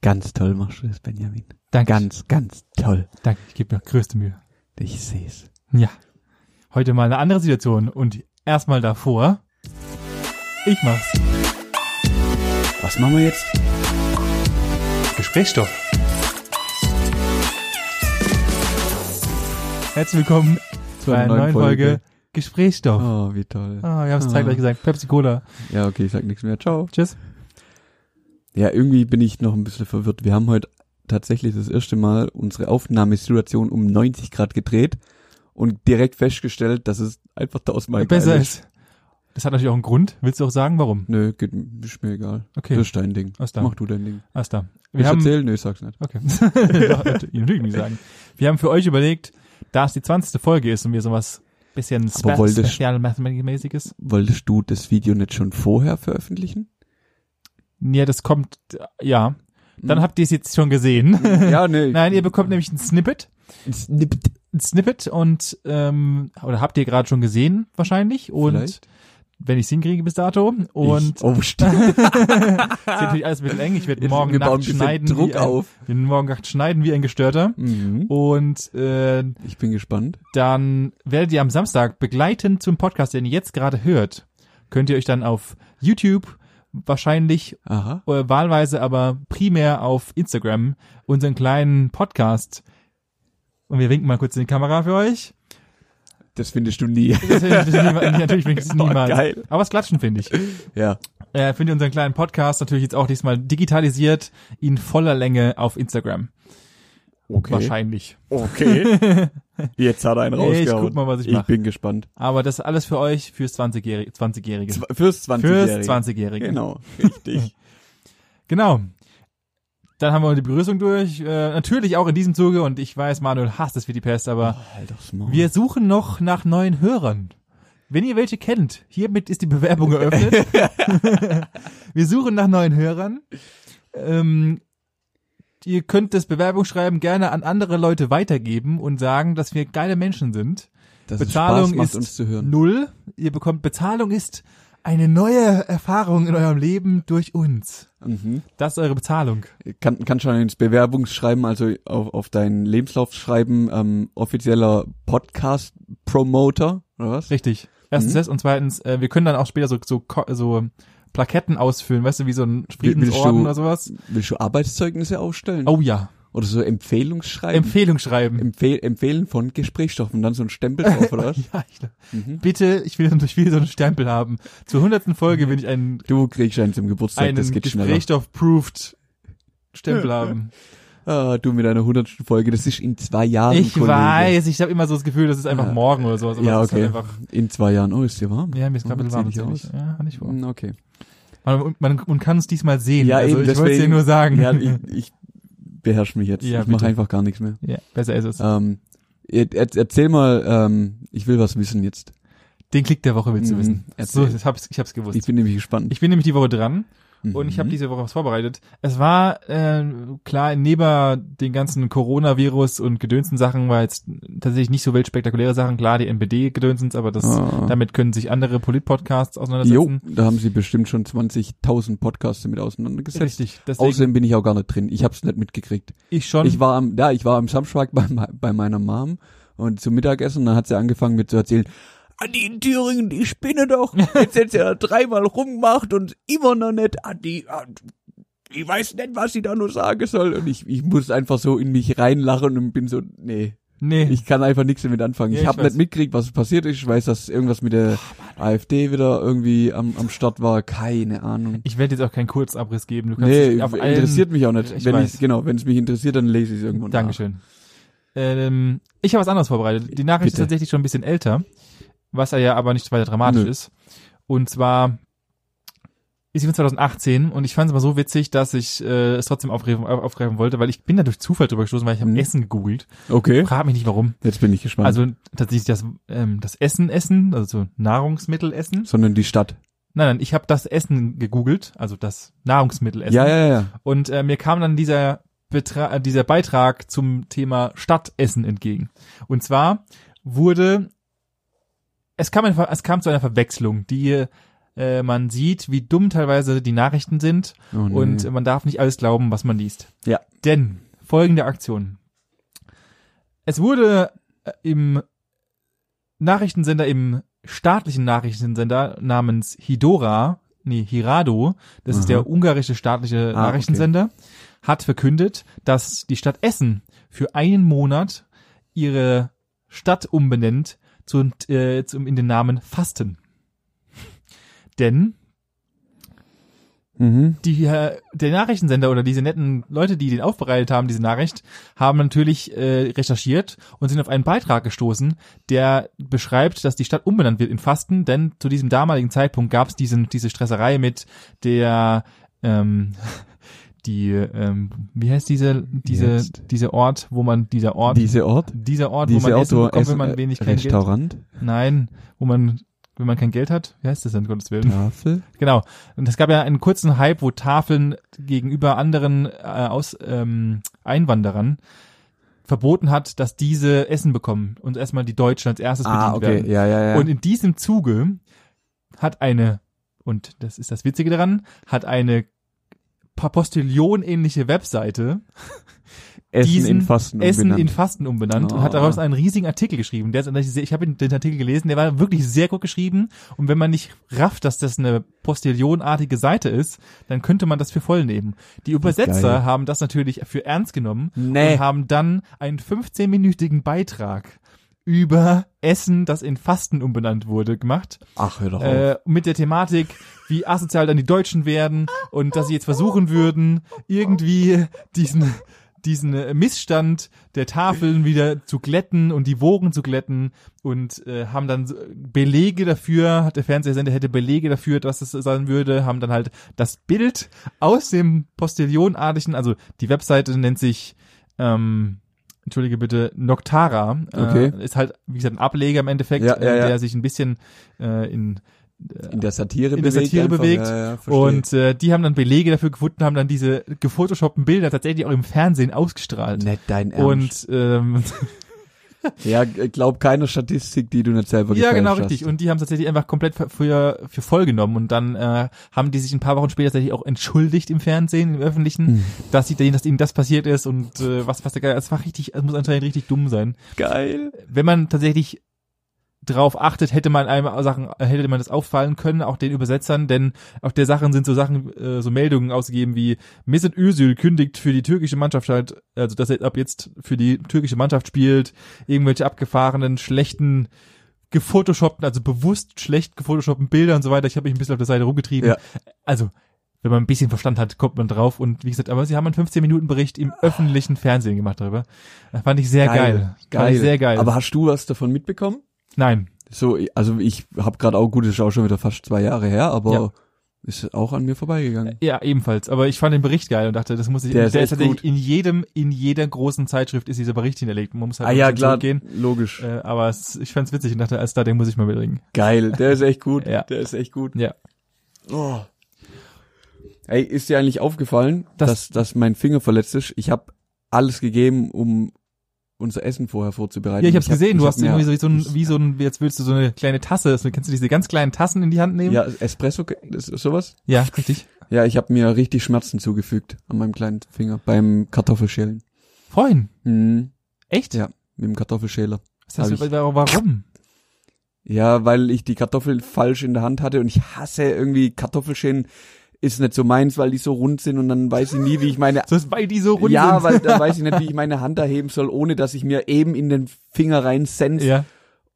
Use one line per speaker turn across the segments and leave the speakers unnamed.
Ganz toll machst du das, Benjamin.
Danke.
Ganz, ganz toll.
Danke, ich gebe mir größte Mühe.
Ich seh's.
Ja. Heute mal eine andere Situation und erstmal davor. Ich mach's.
Was machen wir jetzt?
Gesprächsstoff.
Herzlich willkommen zu einer neuen Folge, Gesprächsstoff. Oh.
Oh, wie toll.
wir haben es
Ah.
zeitgleich gesagt. Pepsi Cola.
Ja, okay, ich sag nichts mehr. Ciao.
Tschüss.
Ja, irgendwie bin ich noch ein bisschen verwirrt. Wir haben heute tatsächlich das erste Mal unsere Aufnahmesituation um 90 Grad gedreht und direkt festgestellt, dass es einfach tausendmal
Besser
geil
ist. Das hat natürlich auch einen Grund. Willst du auch sagen, warum?
Nö, geht, ist mir egal.
Okay,
Das ist dein Ding.
alles
Mach
da.
du dein Ding.
Alles da.
Wir
Wir haben,
erzählen? Nö, sag's nicht.
Okay. Doch, Natürlich nicht sagen. Wir haben für euch überlegt, da es die 20. Folge ist und wir sowas bisschen
Aber wolltest-
Special-mäßiges.
Wolltest du das Video nicht schon vorher veröffentlichen?
Ja, das kommt, äh, ja. Dann
Hm.
habt ihr es jetzt schon gesehen.
Ja, nee.
Nein, ihr bekommt nämlich ein Snippet.
Snippet.
Ein Snippet und, ähm, oder habt ihr gerade schon gesehen, wahrscheinlich. Und
Vielleicht.
wenn ich es hinkriege bis dato. Und
ich, oh, stimmt.
es wird natürlich alles ein bisschen eng. Ich werde morgen
wir bauen ein
Nacht
bisschen
schneiden.
Druck
wie ein,
auf.
wir werden Morgen Nacht schneiden wie ein Gestörter.
Mhm.
Und äh,
Ich bin gespannt.
dann werdet ihr am Samstag begleitend zum Podcast, den ihr jetzt gerade hört, könnt ihr euch dann auf YouTube wahrscheinlich
Aha.
äh, wahlweise aber primär auf Instagram unseren kleinen Podcast. Und wir winken mal kurz in die Kamera für euch.
Das findest du nie.
Das, das, das, natürlich winkt es
Oh,
niemals.
geil.
Aber es klatschen finde ich.
Ja.
Äh, findet unseren kleinen Podcast natürlich jetzt auch diesmal digitalisiert in voller Länge auf Instagram.
Okay.
Wahrscheinlich.
Okay. Jetzt hat er einen
Nee, ich
rausgehauen.
guck mal, was ich
ich
mach.
bin gespannt.
Aber das ist alles für euch, fürs 20-Jährige. 20-Jährige.
Zw- Fürs 20
Fürs 20-Jährige.
Genau. Richtig.
Genau. Dann haben wir die Begrüßung durch. Äh, natürlich auch in diesem Zuge. Und ich weiß, Manuel hasst es wie die Pest, aber
halt aufs Maul.
wir suchen noch nach neuen Hörern. Wenn ihr welche kennt, hiermit ist die Bewerbung geöffnet. wir suchen nach neuen Hörern. Ähm, ihr könnt das Bewerbungsschreiben gerne an andere Leute weitergeben und sagen, dass wir geile Menschen sind.
Dass es
Bezahlung
Spaß macht,
ist
uns zu hören.
null. Ihr bekommt Bezahlung ist eine neue Erfahrung in eurem Leben durch uns.
Mhm.
Das ist eure Bezahlung.
Kann, kann schon ins Bewerbungsschreiben, also auf, auf deinen Lebenslauf schreiben, ähm, offizieller Podcast-Promoter, oder was?
Richtig. Erstens
Mhm.
das und zweitens, äh, wir können dann auch später so, so, Ko- so Plaketten ausfüllen, weißt du, wie so ein
willst
Friedensorden
du-
oder sowas.
Willst du Arbeitszeugnisse aufstellen?
Oh ja,
Oder so Empfehlungsschreiben?
Empfehlung schreiben.
Empfehl Empfehlen von Gesprächsstoff und dann so ein Stempel drauf, oder was?
ja, ich, glaub-
Mhm.
bitte, ich will, ich will so einen Stempel haben. Zur hundertsten Folge will ich einen,
Du kriegst einen zum Geburtstag,
einen
Mhm. das geht schneller.
Gesprächsstoff-proofed Stempel haben.
Ah, du mit deiner hundertsten Folge, das ist in zwei Jahren,
ich
Kollege.
weiß, ich habe immer so das Gefühl, das ist einfach
Ah,
morgen oder sowas. aber
ja,
es ist
okay.
Halt einfach,
In zwei Jahren, oh, ist dir warm?
ja, mir ist
Oh,
gerade ein
zieh
bisschen warm.
dich
tatsächlich. Ja, hatte ich wohl.
Hm, Okay.
Man, man, man kann es diesmal sehen.
Ja,
also
eben,
ich wollte es dir
deswegen-
nur sagen.
Ja, ich, ich beherrsche mich jetzt.
Ja,
ich mache
bitte.
einfach gar nichts mehr.
ja besser ist es.
Ähm, er- er- erzähl mal, ähm, ich will was wissen jetzt.
Den Klick der Woche willst du
Mhm,
wissen.
erzähl.
So, ich hab's, ich hab's gewusst.
Ich bin nämlich gespannt.
Ich bin nämlich die Woche dran
Mhm.
und ich habe diese Woche was vorbereitet. Es war äh, klar, neben den ganzen Coronavirus und gedönsten Sachen war jetzt tatsächlich nicht so weltspektakuläre Sachen. Klar, die NPD-Gedönsens, aber das,
Ah.
damit können sich andere Polit-Podcasts
Jo,
auseinandersetzen.
da haben sie bestimmt schon 20.000 Podcasts damit auseinandergesetzt.
Richtig, deswegen
Außerdem bin ich auch gar nicht drin. Ich hab's nicht mitgekriegt.
ich schon.
Ich war am, ja, ich war am Samstag bei, me- bei meiner Mom und zum Mittagessen, und dann hat sie angefangen mit zu erzählen, ah, die in Thüringen, die spinne doch, jetzt hat sie ja dreimal rumgemacht und immer noch nicht, ah, die, ah, ich weiß nicht, was sie da nur sagen soll und ich, ich muss einfach so in mich reinlachen und bin so, nee,
nee,
ich kann einfach nichts damit anfangen.
Ja,
ich
ich
habe
weiß. Ah,
nicht mitgekriegt, was passiert ist. Ich weiß, dass irgendwas mit der AfD wieder irgendwie am, am Start war. Keine Ahnung.
ich werde jetzt auch keinen Kurzabriss geben. Du kannst
Nee,
dich auf allen-
interessiert mich auch nicht.
Ich
wenn
weiß.
ich, genau, wenn es mich interessiert, dann lese ich es irgendwo nach.
Dankeschön. Ähm, ich habe was anderes vorbereitet. Die Nachricht ist
Bitte.
tatsächlich schon ein bisschen älter, was ja aber nicht weiter dramatisch
Nö.
ist. Und zwar ist sie von 2018 und ich fand es mal so witzig, dass ich äh, es trotzdem aufgreifen, auf- aufgreifen wollte, weil ich bin da durch Zufall drüber gestoßen, weil ich habe
Mhm.
Essen gegoogelt.
Okay,
Frag mich nicht warum.
jetzt bin ich gespannt.
Also tatsächlich das, ähm, das Essen essen, also so Nahrungsmittel essen.
Sondern die Stadt.
Nein, nein, ich habe das Essen gegoogelt, also das Nahrungsmittel essen.
Ja, ja, ja.
Und äh, mir kam dann dieser, Betra äh, dieser Beitrag zum Thema Stadtessen entgegen. Und zwar wurde, es kam, ein, Ver- es kam zu einer Verwechslung. Die äh, Äh, man sieht, wie dumm teilweise die Nachrichten sind
Oh, nee.
und ähm, man darf nicht alles glauben, was man liest.
Ja.
Denn folgende Aktion. Es wurde äh, im Nachrichtensender, im staatlichen Nachrichtensender namens Hidora, nee, Hirado, das
Aha.
ist der ungarische staatliche
Ah,
Nachrichtensender, hat verkündet, dass die Stadt Essen für einen Monat ihre Stadt umbenennt zu, äh, zum, in den Namen Fasten. Denn
Mhm.
die, äh, der Nachrichtensender oder diese netten Leute, die den aufbereitet haben, diese Nachricht, haben natürlich äh, recherchiert und sind auf einen Beitrag gestoßen, der beschreibt, dass die Stadt umbenannt wird in Fasten, denn zu diesem damaligen Zeitpunkt gab es diesen diese Stresserei mit der ähm, die ähm, wie heißt diese diese
Jetzt.
diese Ort, wo man dieser Ort
Diese Ort,
dieser Ort, wo
diese
man
Ort,
Essen
wo
bekommt,
Essen- äh,
wenn man wenig kein Geld,
Restaurant,
nein, wo man wenn man kein Geld hat, wie heißt das denn um Gottes Willen?
Tafel.
Genau. Und es gab ja einen kurzen Hype, wo Tafeln gegenüber anderen äh, aus ähm, Einwanderern verboten hat, dass diese Essen bekommen und erstmal die Deutschen als erstes bedient
Ah, okay,
werden.
ja, ja, ja.
Und in diesem Zuge hat eine und das ist das Witzige daran, hat eine Postillon-ähnliche Webseite
Essen in
diesen
Fasten
Essen in
umbenannt.
Fasten umbenannt und hat
Ah.
daraus einen riesigen Artikel geschrieben. Der ist, tatsächlich sehr- ich habe den Artikel gelesen, der war wirklich sehr gut geschrieben und wenn man nicht rafft, dass das eine postillonartige Seite ist, dann könnte man das für voll nehmen. Die Übersetzer
Geil.
haben das natürlich für ernst genommen
Nee.
und haben dann einen 15-minütigen Beitrag über Essen, das in Fasten umbenannt wurde, gemacht
Ach, hör doch auf.
äh, mit der Thematik, wie asozial dann die Deutschen werden und dass sie jetzt versuchen würden, irgendwie diesen diesen äh, Missstand der Tafeln wieder zu glätten und die Wogen zu glätten und äh, haben dann so Belege dafür, hat der Fernsehsender hätte Belege dafür, dass es sein würde, haben dann halt das Bild aus dem Postillonartigen, also die Webseite nennt sich ähm, Entschuldige bitte, Noctara äh,
Okay.
ist halt, wie gesagt, ein Ableger im Endeffekt,
Ja, ja,
äh,
ja.
der sich ein bisschen äh, in
In der Satire
in der Satire
einfach,
bewegt
Ja, ja, verstehe.
und äh, die haben dann Belege dafür gefunden, haben dann diese gefotoshoppten Bilder tatsächlich auch im Fernsehen ausgestrahlt.
Nicht dein Ne, Ernst.
Und ähm,
ja, glaub keine Statistik, die du nicht selber
ja, genau
gefälscht
richtig. Und die haben es tatsächlich einfach komplett für- für, für voll genommen. Und dann äh, haben die sich ein paar Wochen später tatsächlich auch entschuldigt im Fernsehen, im Öffentlichen,
Mhm.
dass, sie, dass ihnen das passiert ist und äh, was, was der Geil. Es war richtig, es muss anscheinend richtig dumm sein.
hast. Geil.
wenn man tatsächlich drauf achtet, hätte man einmal Sachen, hätte man das auffallen können, auch den Übersetzern, denn auf der Sachen sind so Sachen, äh, so Meldungen ausgegeben wie Mesut Özil kündigt für die türkische Mannschaft halt, also dass er ab jetzt für die türkische Mannschaft spielt, irgendwelche abgefahrenen, schlechten, gefotoshoppten, also bewusst schlecht gefotoshoppten Bilder und so weiter. Ich habe mich ein bisschen auf der Seite rumgetrieben.
Ja.
Also, wenn man ein bisschen Verstand hat, kommt man drauf und wie gesagt, aber sie haben einen 15-Minuten-Bericht im öffentlichen Fernsehen gemacht darüber. Das fand ich sehr geil. Fand Ich sehr geil.
Aber hast du was davon mitbekommen?
Nein.
So, also ich habe gerade auch gut, ist auch schon wieder fast zwei Jahre her, aber
Ja.
ist auch an mir vorbeigegangen.
Ja, ebenfalls. Aber ich fand den Bericht geil und dachte, das muss ich.
Der ist echt
tatsächlich
gut.
in jedem, in jeder großen Zeitschrift ist dieser Bericht hinterlegt. Man muss halt
ah
ein
ja,
bisschen
klar,
zurückgehen.
logisch.
Äh, aber es, ich fand's witzig und dachte, als da, den muss ich mal mitbringen.
Geil, der ist echt gut,
Ja.
der ist echt gut.
Ja.
Oh. Ey, ist dir eigentlich aufgefallen,
Das-
dass, dass mein Finger verletzt ist? Ich habe alles gegeben, um unser Essen vorher vorzubereiten.
Ja, ich hab's
hab-
gesehen. du
hab
hast irgendwie
mir-
so, wie so ein, wie so ein, jetzt willst du so eine kleine Tasse. So, kennst du diese ganz kleinen Tassen in die Hand nehmen?
Ja, Espresso, das ist sowas?
Ja, richtig.
Ja, ich habe mir richtig Schmerzen zugefügt an meinem kleinen Finger beim Kartoffelschälen.
Vorhin.
Mhm.
Echt?
Ja, mit dem Kartoffelschäler.
Was hast
Hab
du, wa- wa- warum?
Ja, weil ich die Kartoffel falsch in der Hand hatte und ich hasse irgendwie Kartoffelschälen ist nicht so meins, weil die so rund sind und dann weiß ich nie, wie ich meine
So ist, weil die so rund
ja,
sind.
weil dann weiß ich nicht, wie ich meine Hand erheben soll, ohne dass ich mir eben in den Finger rein sense.
ja.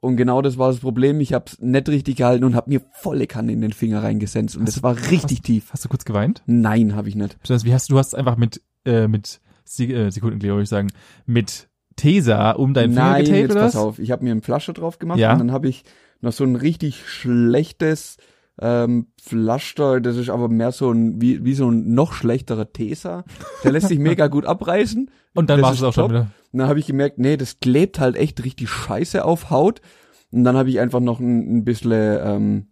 Und genau das war das Problem. Ich hab's nicht richtig gehalten und hab mir volle Kanne in den Finger reingesenzt. Und das war richtig tief.
Hast du kurz geweint?
Nein, habe ich nicht.
Das heißt, wie hast du, du hast einfach mit, äh, mit Sie- äh, Sekundenkleber, würde ich sagen, mit Tesa um deinen Finger
Nein,
getaped
jetzt
oder
pass
was?
auf. Ich habe mir eine Flasche drauf gemacht
Ja.
und dann habe ich noch so ein richtig schlechtes ähm, Flaschter, das ist aber mehr so ein, wie, wie so ein noch schlechterer Tesa. Der lässt sich mega gut abreißen.
Und dann
Das
war's
ist
es auch schon
top.
wieder.
Und dann habe ich gemerkt, nee, das klebt halt echt richtig scheiße auf Haut. Und dann habe ich einfach noch ein, ein bisschen, ähm,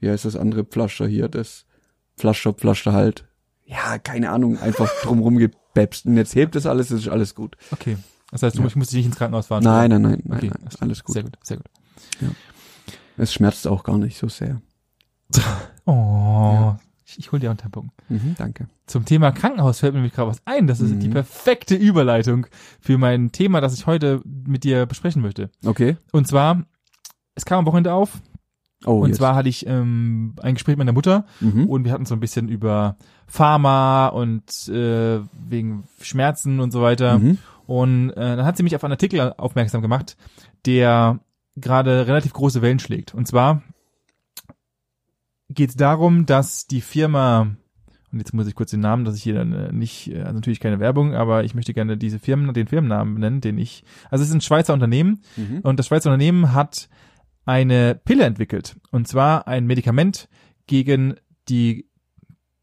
wie heißt das andere Pflaster hier, das Pflaster, Pflaster halt. Ja, keine Ahnung, einfach drumrum gebebst. Und jetzt hebt das alles, das ist alles gut.
Okay. Das heißt, du,
Ja.
ich muss dich nicht ins Krankenhaus fahren.
Nein, nein, nein, nein,
Okay.
nein alles gut.
Sehr gut, sehr gut.
Es schmerzt auch gar nicht so sehr.
Oh, ich, ich hol dir auch einen Tampon.
Mhm, danke.
Zum Thema Krankenhaus fällt mir nämlich gerade was ein. Das ist
Mhm.
die perfekte Überleitung für mein Thema, das ich heute mit dir besprechen möchte.
Okay.
Und zwar, es kam am Wochenende auf.
Oh,
und
jetzt.
zwar hatte ich ähm, ein Gespräch mit meiner Mutter
Mhm.
und wir hatten so ein bisschen über Pharma und äh, wegen Schmerzen und so weiter.
Mhm.
Und äh, dann hat sie mich auf einen Artikel aufmerksam gemacht, der gerade relativ große Wellen schlägt. Und zwar geht es darum, dass die Firma, und jetzt muss ich kurz den Namen, dass ich hier dann äh, nicht, äh, also natürlich keine Werbung, aber ich möchte gerne diese Firmen, den Firmennamen nennen, den ich, also es ist ein Schweizer Unternehmen
Mhm.
und das Schweizer Unternehmen hat eine Pille entwickelt. Und zwar ein Medikament gegen die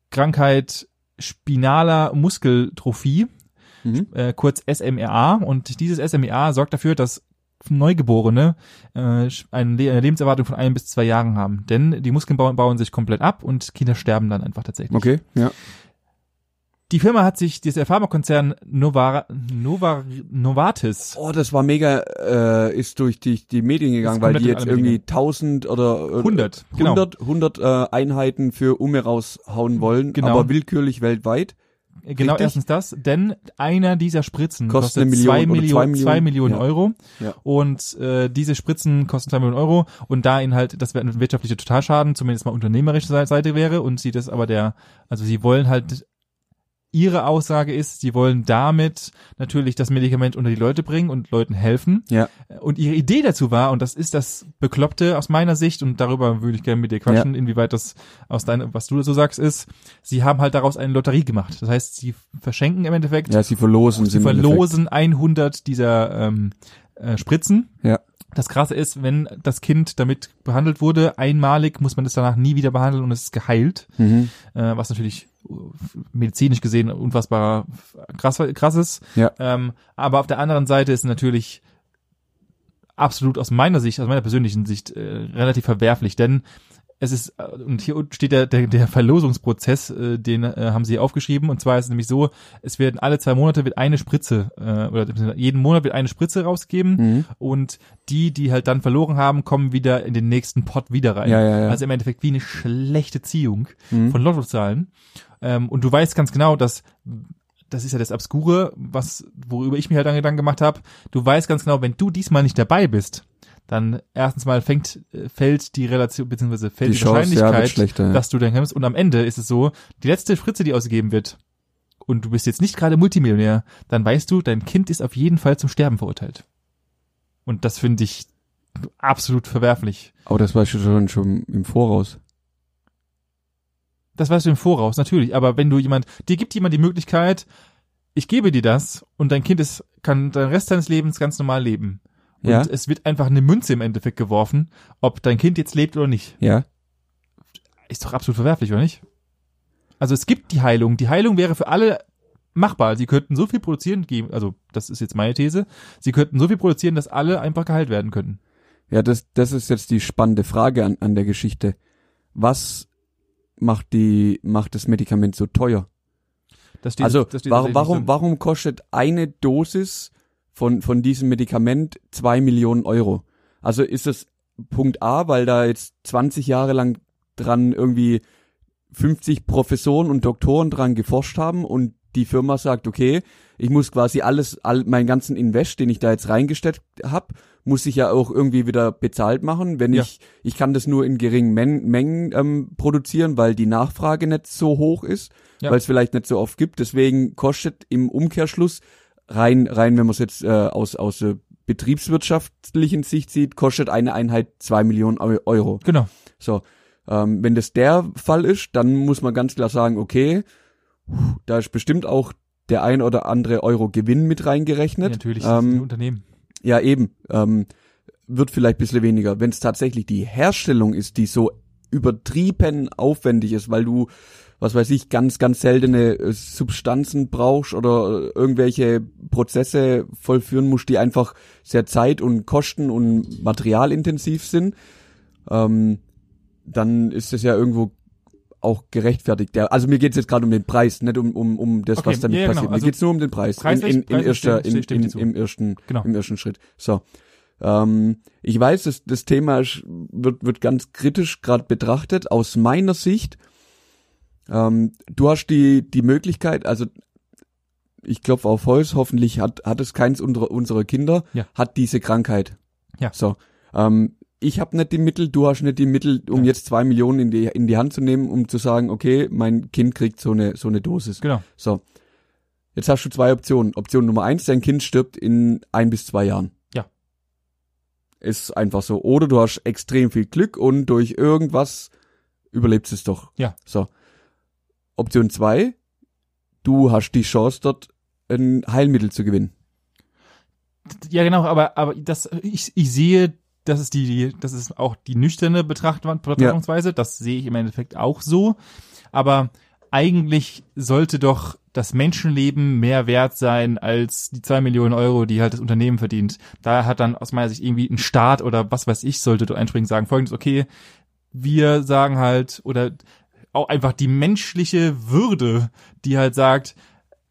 Krankheit spinaler Muskeltrophie
Mhm.
äh, kurz SMRA. Und dieses SMRA sorgt dafür, dass Neugeborene äh, sch- eine Le- eine Lebenserwartung von ein bis zwei Jahren haben. Denn die Muskeln bauen, bauen sich komplett ab und Kinder sterben dann einfach tatsächlich.
Okay, ja.
Die Firma hat sich, dieser Pharmakonzern Novara, Novar, Novartis,
Oh, das war mega, äh, ist durch die, die Medien gegangen,
Ist
weil
komplett
die
durch
jetzt
alle
irgendwie 1000 oder äh,
100, genau.
100, 100 äh, Einheiten für Ume raushauen wollen,
Genau.
aber willkürlich weltweit.
Genau,
Richtig?
erstens das, denn einer dieser Spritzen
Kostet
kostet,
eine
zwei,
Million oder zwei
Millionen, zwei
Millionen,
Millionen
ja.
Euro
Ja.
und äh, diese Spritzen kosten zwei Millionen Euro und da ihnen halt, das wäre ein wirtschaftlicher Totalschaden, zumindest mal unternehmerische Se- Seite wäre und sie das aber der, also sie wollen halt, ihre Aussage ist, sie wollen damit natürlich das Medikament unter die Leute bringen und Leuten helfen
Ja.
und ihre Idee dazu war, und das ist das Bekloppte aus meiner Sicht, und darüber würde ich gerne mit dir quatschen, inwieweit das aus deinem, was du so sagst, ist, sie haben halt daraus eine Lotterie gemacht. Das heißt, sie verschenken im Endeffekt,
Ja, sie verlosen
sie
im
verlosen 100 dieser ähm, äh, Spritzen.
Ja.
Das Krasse ist, wenn das Kind damit behandelt wurde, einmalig muss man es danach nie wieder behandeln und es ist geheilt
Endeffekt. Mhm.
äh, was natürlich medizinisch gesehen unfassbar krass, krass ist.
Ja.
Ähm, aber auf der anderen Seite ist natürlich absolut aus meiner Sicht, aus meiner persönlichen Sicht, äh, relativ verwerflich, denn es ist, äh, und hier unten steht der, der, der Verlosungsprozess, äh, den äh, haben sie aufgeschrieben, und zwar ist es nämlich so, es werden alle zwei Monate wird eine Spritze, äh, oder jeden Monat wird eine Spritze rausgegeben,
Mhm.
und die, die halt dann verloren haben, kommen wieder in den nächsten Pot wieder rein.
Ja, ja, ja.
Also im Endeffekt wie eine schlechte Ziehung
Mhm.
von Lottozahlen. Ähm, und du weißt ganz genau, dass das ist ja das Obskure, was, worüber ich mir halt dann Gedanken gemacht habe. Du weißt ganz genau, wenn du diesmal nicht dabei bist, dann erstens mal fängt, äh, fällt die Relation, beziehungsweise fällt die,
Die Chance, ja, wird
Wahrscheinlichkeit,
schlechter. ja.
dass du dann kämpfst. Und am Ende ist es so, die letzte Spritze, die ausgegeben wird, und du bist jetzt nicht gerade Multimillionär, dann weißt du, dein Kind ist auf jeden Fall zum Sterben verurteilt. Und das finde ich absolut verwerflich.
Aber Oh, das war schon, schon im Voraus.
Das weißt du im Voraus, natürlich. Aber wenn du jemand, dir gibt jemand die Möglichkeit, ich gebe dir das und dein Kind ist, kann den Rest seines Lebens ganz normal leben. Und äh,
Ja.
es wird einfach eine Münze im Endeffekt geworfen, ob dein Kind jetzt lebt oder nicht.
Ja.
Ist doch absolut verwerflich, oder nicht? Also es gibt die Heilung. Die Heilung wäre für alle machbar. Sie könnten so viel produzieren, geben- also das ist jetzt meine These, sie könnten so viel produzieren, dass alle einfach geheilt werden könnten.
Ja, das, das ist jetzt die spannende Frage an, an der Geschichte. Was macht die, macht das Medikament so teuer?
Das steht,
also,
das steht
warum,
tatsächlich
warum,
nicht drin.
warum kostet eine Dosis von, von diesem Medikament zwei Millionen Euro? Also ist es Punkt A, weil da jetzt 20 Jahre lang dran irgendwie 50 Professoren und Doktoren dran geforscht haben und die Firma sagt, okay, ich muss quasi alles, all, meinen ganzen Invest, den ich da jetzt reingesteckt habe, muss ich ja auch irgendwie wieder bezahlt machen. Wenn
Ja.
ich, ich kann das nur in geringen Men Mengen ähm, produzieren, weil die Nachfrage nicht so hoch ist,
Ja.
weil es vielleicht nicht so oft gibt. Deswegen kostet im Umkehrschluss rein, rein, wenn man es jetzt äh, aus, aus äh, betriebswirtschaftlichen Sicht sieht, kostet eine Einheit zwei Millionen Eu- Euro.
Genau.
So, ähm, wenn das der Fall ist, dann muss man ganz klar sagen, okay, da ist bestimmt auch der ein oder andere Euro Gewinn mit
Ja,
reingerechnet.
natürlich, das ist ein
Ähm,
Unternehmen.
ja, eben. Ähm, wird vielleicht ein bisschen weniger. Wenn es tatsächlich die Herstellung ist, die so übertrieben aufwendig ist, weil du, was weiß ich, ganz, ganz seltene äh, Substanzen brauchst oder äh, irgendwelche Prozesse vollführen musst, die einfach sehr zeit- und kosten- und materialintensiv sind, ähm, dann ist das ja irgendwo auch gerechtfertigt. Der, also mir geht's jetzt gerade um den Preis, nicht um, um, um das,
Okay,
was damit
ja, genau.
passiert.
Also
mir geht's nur um den Preis.
preislich-
in, in, in
preislich
erster,
stimme-
in,
stimme ich
in,
dir zu.
im ersten
Genau.
im ersten Schritt. So. Ähm, ich weiß, das, das Thema ist, wird, wird ganz kritisch gerade betrachtet. Aus meiner Sicht, ähm, du hast die, die Möglichkeit, also ich klopfe auf Holz, hoffentlich hat, hat es keins unserer, unserer Kinder,
Ja.
hat diese Krankheit.
Ja.
So. Ähm, ich habe nicht die Mittel, du hast nicht die Mittel, um
Ja.
jetzt zwei Millionen in die, in die Hand zu nehmen, um zu sagen, okay, mein Kind kriegt so eine, so eine Dosis.
Genau.
So. Jetzt hast du zwei Optionen. Option Nummer eins, dein Kind stirbt in ein bis zwei Jahren.
Ja.
Ist einfach so. Oder du hast extrem viel Glück und durch irgendwas überlebst es doch.
Ja.
So. Option zwei, du hast die Chance dort ein Heilmittel zu gewinnen.
Ja, genau, aber, aber das, ich, ich sehe, das ist die, die, das ist auch die nüchterne Betracht Betrachtungsweise, das sehe ich im Endeffekt auch so. Aber eigentlich sollte doch das Menschenleben mehr wert sein als die zwei Millionen Euro, die halt das Unternehmen verdient. Da hat dann aus meiner Sicht irgendwie ein Staat oder was weiß ich, sollte dort einspringen, sagen folgendes, okay, wir sagen halt, oder auch einfach die menschliche Würde, die halt sagt,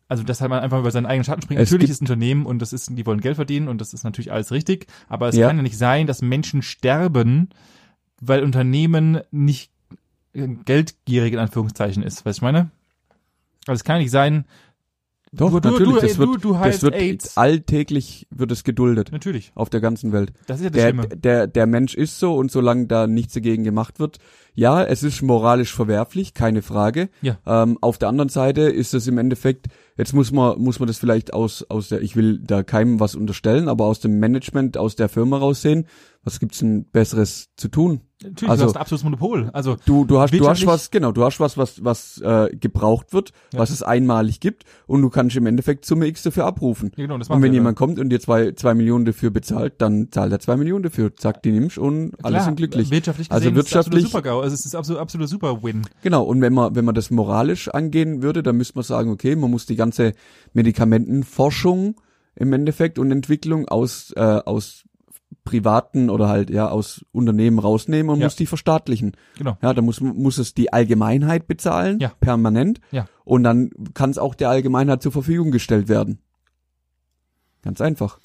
also dass halt man einfach über seinen eigenen Schatten springt.
Es
natürlich
gibt-
ist ein Unternehmen und das ist, die wollen Geld verdienen und das ist natürlich alles richtig, aber es
Ja.
kann ja nicht sein, dass Menschen sterben, weil Unternehmen nicht äh, geldgierig in Anführungszeichen ist, weißt du, ich meine? Also es kann ja nicht sein,
Doch,
du, du,
natürlich.
du,
das
ey,
wird,
du, du
das
heilst
wird
AIDS.
alltäglich wird es geduldet
Natürlich,
auf der ganzen Welt.
das ist ja das
der,
Schlimme.
der, der Mensch ist so und solange da nichts dagegen gemacht wird, ja, es ist moralisch verwerflich, keine Frage.
Ja.
Ähm, auf der anderen Seite ist es im Endeffekt, jetzt muss man, muss man das vielleicht aus, aus der, ich will da keinem was unterstellen, aber aus dem Management, aus der Firma raussehen, was gibt's denn Besseres zu tun?
Natürlich,
also-
du hast ein absolutes Monopol. Also
Du, du hast, du hast
Wirtschaftlich-
was, genau, du hast was, was, was äh, gebraucht wird,
Ja.
was es einmalig gibt und du kannst im Endeffekt Summe X dafür abrufen.
ja, genau, das
Und
machen
wenn
wir.
jemand kommt und dir zwei, zwei Millionen dafür bezahlt, dann zahlt er zwei Millionen dafür, zack, die nimmst und alle
Klar,
sind glücklich.
Wirtschaftlich gesehen
Also wirtschaftlich-
ist es absolut super, also es ist absolut absoluter super Win.
Genau, und wenn man, wenn man das moralisch angehen würde, dann müsste man sagen, okay, man muss die ganze Medikamentenforschung im Endeffekt und Entwicklung aus, äh, aus privaten oder halt ja aus Unternehmen rausnehmen und
Ja.
muss die verstaatlichen.
Genau.
Ja, dann muss, muss es die Allgemeinheit bezahlen,
Ja.
permanent.
Ja.
Und dann kann es auch der Allgemeinheit zur Verfügung gestellt werden. Ganz einfach.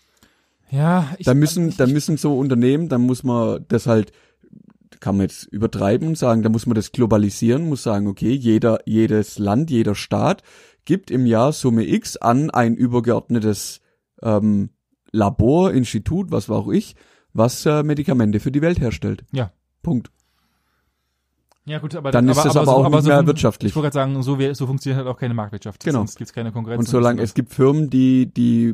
Ja, ich
Da müssen,
ich,
da müssen so Unternehmen, da muss man das halt, kann man jetzt übertreiben und sagen, da muss man das globalisieren, muss sagen, okay, jeder, jedes Land, jeder Staat gibt im Jahr Summe X an ein übergeordnetes ähm, Labor, Institut, was war auch ich, was äh, Medikamente für die Welt herstellt.
Ja.
Punkt.
Ja, gut, aber
Dann ist das aber auch nicht mehr
fun-
wirtschaftlich.
Ich wollte gerade sagen, so, wie- so funktioniert halt auch keine Marktwirtschaft.
Genau.
Sonst gibt's keine Konkurrenz.
Und solange es gibt Firmen, die, die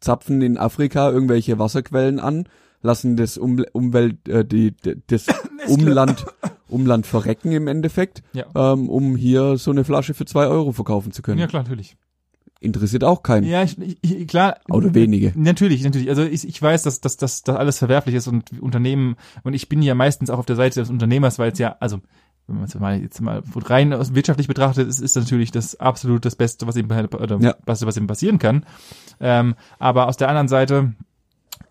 zapfen in Afrika irgendwelche Wasserquellen an, lassen das um Umwelt, äh, die, die, das Umland, Umland verrecken im Endeffekt,
Ja.
ähm, um hier so eine Flasche für zwei Euro verkaufen zu können.
Ja, klar, natürlich.
Interessiert auch keinen.
Ja, ich, ich, klar.
Oder wenige.
Natürlich, natürlich. Also ich, ich weiß, dass dass dass das alles verwerflich ist und Unternehmen und ich bin ja meistens auch auf der Seite des Unternehmers, weil es ja also wenn man es mal jetzt mal rein aus- wirtschaftlich betrachtet, ist, ist natürlich das absolut das Beste, was ihm oder
Ja.
was, was ihm passieren kann. Ähm, aber aus der anderen Seite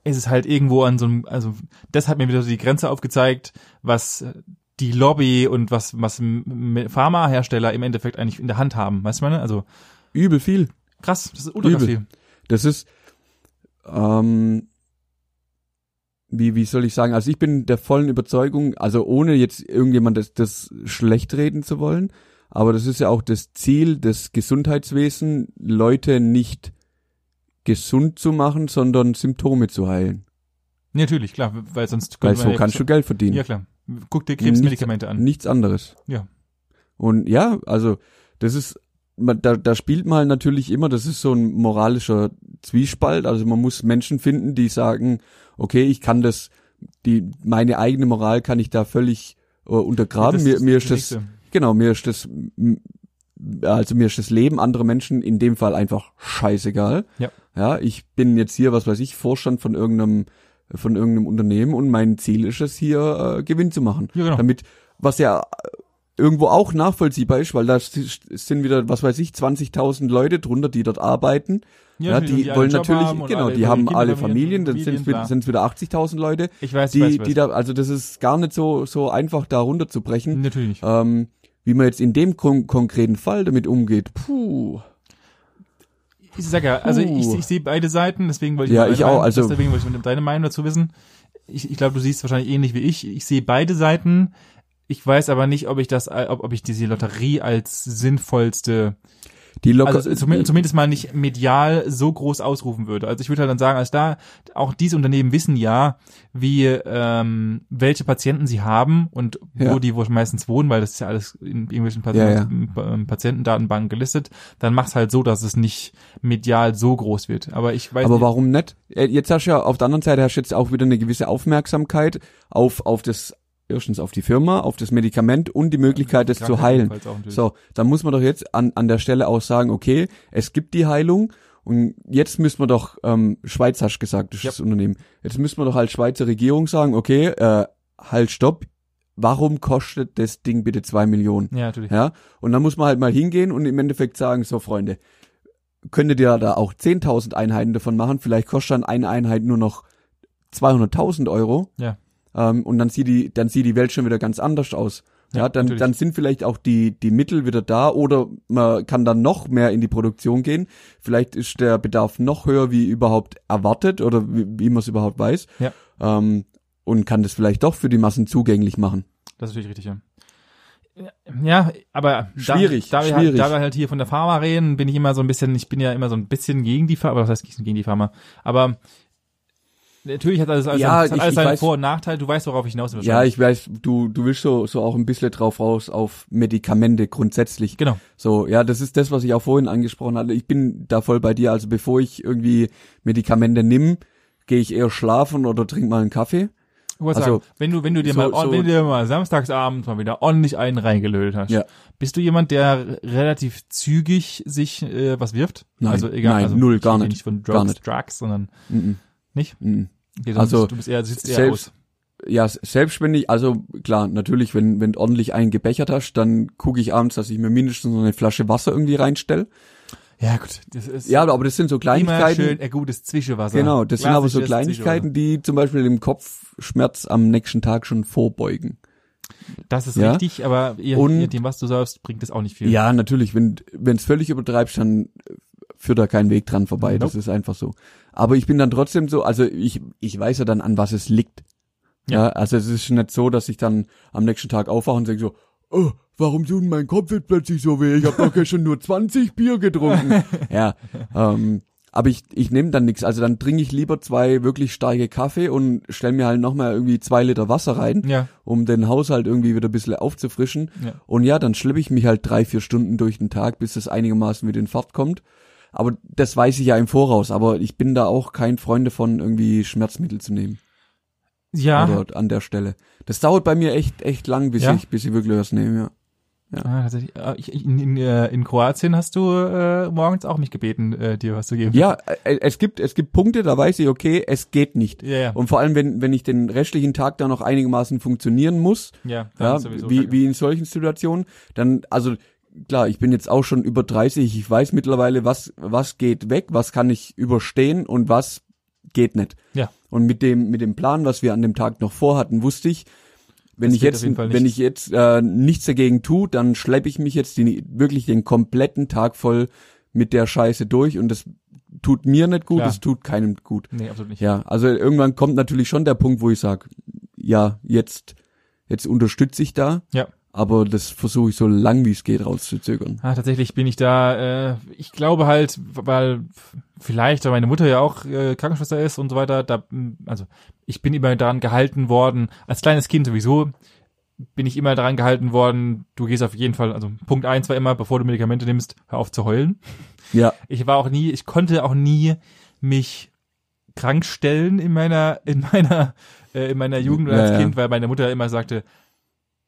ist es halt irgendwo an so einem, also das hat mir wieder so die Grenze aufgezeigt, was die Lobby und was was M- M- Pharmahersteller im Endeffekt eigentlich in der Hand haben, weißt du meine? Also
Übel viel.
krass, das ist ultra
Übel.
viel.
Das ist, ähm, wie, wie soll ich sagen, also ich bin der vollen Überzeugung, also ohne jetzt irgendjemand das, das schlecht reden zu wollen, aber das ist ja auch das Ziel des Gesundheitswesen, Leute nicht gesund zu machen, sondern Symptome zu heilen.
Ja, Natürlich, klar, weil sonst
Weil
könnte man
so
ja-
kannst du Geld verdienen.
Ja, klar. Guck dir Krebsmedikamente an.
Nichts anderes.
Ja.
Und ja, also das ist, man, da, da spielt man halt natürlich immer, das ist so ein moralischer Zwiespalt. Also man muss Menschen finden, die sagen, okay, ich kann das, die meine eigene Moral kann ich da völlig äh, untergraben.
Das
mir,
ist
mir
die
ist das,
nächste.
genau, mir ist das, m- also mir ist das Leben anderer Menschen in dem Fall einfach scheißegal.
Ja.
Ja, ich bin jetzt hier, was weiß ich, Vorstand von irgendeinem von irgendeinem Unternehmen und mein Ziel ist es hier äh, Gewinn zu machen
Ja, genau.
damit, was ja äh, irgendwo auch nachvollziehbar ist, weil da s- sind wieder, was weiß ich, 20.000 Leute drunter, die dort arbeiten. Ja,
natürlich,
die,
alle
wollen
Job
natürlich,
und
genau,
alle
die
ihre
haben
Kinder
alle
ihren
Familien, dann sind es
Familien,
wieder,
klar.
sind's wieder 80.000 Leute,
Ich weiß, ich weiß,
die,
ich weiß.
die da, also das ist gar nicht so, so einfach da runterzubrechen.
Natürlich nicht.
Ähm, wie man jetzt in dem kon konkreten Fall damit umgeht, puh.
Ich sag ja, also
Puh.
ich, ich sehe beide Seiten, deswegen wollte ich
Ja,
deine
ich auch,
Meinung-
also-
deswegen wollte ich deine Meinung dazu wissen. Ich, ich glaube, du siehst wahrscheinlich ähnlich wie ich. Ich sehe beide Seiten. Ich weiß aber nicht, ob ich das, ob, ob ich diese Lotterie als sinnvollste
Die locker,
also zum, zumindest mal nicht medial so groß ausrufen würde. Also ich würde halt dann sagen, als da auch diese Unternehmen wissen ja, wie ähm, welche Patienten sie haben und wo
Ja.
die wo meistens wohnen, weil das ist ja alles in irgendwelchen Pat
Ja, ja.
ähm, Patientendatenbanken gelistet. Dann mach's halt so, dass es nicht medial so groß wird. Aber ich weiß
aber
nicht,
warum nicht? Äh, Jetzt hast du ja auf der anderen Seite hast du jetzt auch wieder eine gewisse Aufmerksamkeit auf auf das erstens auf die Firma, auf das Medikament und die Möglichkeit, es zu heilen.
Krankheitenfalls auch natürlich.
So, dann muss man doch jetzt an, an der Stelle auch sagen, okay, es gibt die Heilung und jetzt müssen wir doch, ähm, Schweiz hast du gesagt, das ist
Ja.
das Unternehmen, jetzt müssen wir doch als Schweizer Regierung sagen, okay, äh, halt stopp, warum kostet das Ding bitte zwei Millionen?
Ja, natürlich.
Ja, und dann muss man halt mal hingehen und im Endeffekt sagen, so Freunde, könntet ihr da auch 10.000 Einheiten davon machen, vielleicht kostet dann eine Einheit nur noch 200.000 Euro.
Ja.
Ähm, und dann sieht die, dann sieht die Welt schon wieder ganz anders aus.
Ja,
Ja, dann,
natürlich.
dann sind vielleicht auch die, die Mittel wieder da oder man kann dann noch mehr in die Produktion gehen. Vielleicht ist der Bedarf noch höher, wie überhaupt erwartet oder wie, wie man es überhaupt weiß.
Ja.
Ähm, und kann das vielleicht doch für die Massen zugänglich machen.
Das ist natürlich richtig, ja. Ja, aber
Schwierig,
da, da, wir Halt,
schwierig.
da wir halt hier von der Pharma reden, bin ich immer so ein bisschen, ich bin ja immer so ein bisschen gegen die Pharma, was heißt gegen die Pharma? Aber natürlich hat alles, alles,
Ja,
hat
ich-
alles
ich
seinen
weiß-
Vor- und Nachteil, du weißt, worauf ich hinaus will.
Ja, ich weiß, du, du willst so, so auch ein bisschen drauf raus auf Medikamente grundsätzlich.
Genau.
So, ja, das ist das, was ich auch vorhin angesprochen hatte. Ich bin da voll bei dir. Also bevor ich irgendwie Medikamente nimm, gehe ich eher schlafen oder trink mal einen Kaffee.
Ich wollte
Also,
sagen, wenn du, wenn du dir
so-
mal, on-
so-
wenn du dir mal samstagsabends mal wieder ordentlich einen reingelötet hast,
Ja.
bist du jemand, der relativ zügig sich äh, was wirft?
Nein,
also egal,
nein,
also,
null,
ich
gar
rede
nicht,
Nicht von Drugs,
gar nicht.
Drugs, sondern
Mhm.
nicht.
Mhm.
Okay, sonst
Also,
du bist eher, sitzt eher
selbst-
aus.
Ja, s- selbst wenn ich, also klar, natürlich, wenn, wenn du ordentlich einen gebechert hast, dann gucke ich abends, dass ich mir mindestens so eine Flasche Wasser irgendwie reinstelle.
Ja, gut, das ist
Ja, aber das sind so
Immer
Kleinigkeiten.
schön ein gutes Zwischenwasser.
Genau, das sind aber so
Klassisches
Kleinigkeiten, die zum Beispiel dem Kopfschmerz am nächsten Tag schon vorbeugen.
Zwischenwasser. Das ist
Ja.
richtig, aber je,
Und-
je nachdem, was du sagst, bringt es auch nicht viel.
Ja, natürlich. Wenn es völlig übertreibst, dann äh, führt da kein Weg dran vorbei. Das
Nope.
ist einfach so. Aber ich bin dann trotzdem so, also ich, ich weiß ja dann, an was es liegt.
Ja.
Ja. also es ist nicht so, dass ich dann am nächsten Tag aufwache und denke so, oh, warum tut mein Kopf jetzt plötzlich so weh? Ich habe doch gestern nur 20 Bier getrunken. ja, ähm, aber ich, ich nehme dann nichts. Also dann trinke ich lieber zwei wirklich starke Kaffee und stell mir halt nochmal irgendwie zwei Liter Wasser rein
Ja,
um den Haushalt irgendwie wieder ein bisschen aufzufrischen.
Ja.
Und ja, dann schleppe ich mich halt drei, vier Stunden durch den Tag, bis es einigermaßen wieder in Fahrt kommt. Aber das weiß ich ja im Voraus, aber ich bin da auch kein Freund davon, irgendwie Schmerzmittel zu nehmen.
ja.
Oder an der Stelle. Das dauert bei mir echt, echt lang, bis
Ja?
ich, bis ich wirklich was nehme, ja.
Ah, tatsächlich. Ah, ich, in, in, äh, in Kroatien hast du äh, morgens auch mich gebeten, äh, dir was zu geben.
Ja, äh, es gibt, es gibt Punkte, da weiß ich, okay, es geht nicht.
ja, ja.
Und vor allem, wenn, wenn ich den restlichen Tag da noch einigermaßen funktionieren muss,
ja, dann
Ja,
ist sowieso
wie,
kacke.
wie in solchen Situationen, dann, also klar, ich bin jetzt auch schon über 30, ich weiß mittlerweile, was, was geht weg, was kann ich überstehen und was geht nicht.
Ja.
Und mit dem, mit dem Plan, was wir an dem Tag noch vorhatten, wusste ich, wenn
Das
ich
geht auf
jetzt,
jeden Fall nicht.
wenn ich jetzt äh, nichts dagegen tue, dann schleppe ich mich jetzt die, wirklich den kompletten Tag voll mit der Scheiße durch und das tut mir nicht gut,
Klar.
das tut keinem gut.
Nee, absolut nicht.
Ja, also irgendwann kommt natürlich schon der Punkt, wo ich sag, ja, jetzt, jetzt unterstütze ich da,
Ja.
aber das versuche ich so lang wie es geht rauszuzögern.
Ah, tatsächlich bin ich da, äh, ich glaube halt, weil vielleicht, weil meine Mutter ja auch äh, Krankenschwester ist und so weiter, da, mh, also ich bin immer daran gehalten worden, als kleines Kind sowieso bin ich immer daran gehalten worden, du gehst auf jeden Fall, also Punkt eins war immer, bevor du Medikamente nimmst, hör auf zu heulen.
Ja,
Ich war auch nie, ich konnte auch nie mich krank stellen in meiner, in meiner, äh, in meiner Jugend oder
Ja,
als
ja.
Kind, weil meine Mutter immer sagte,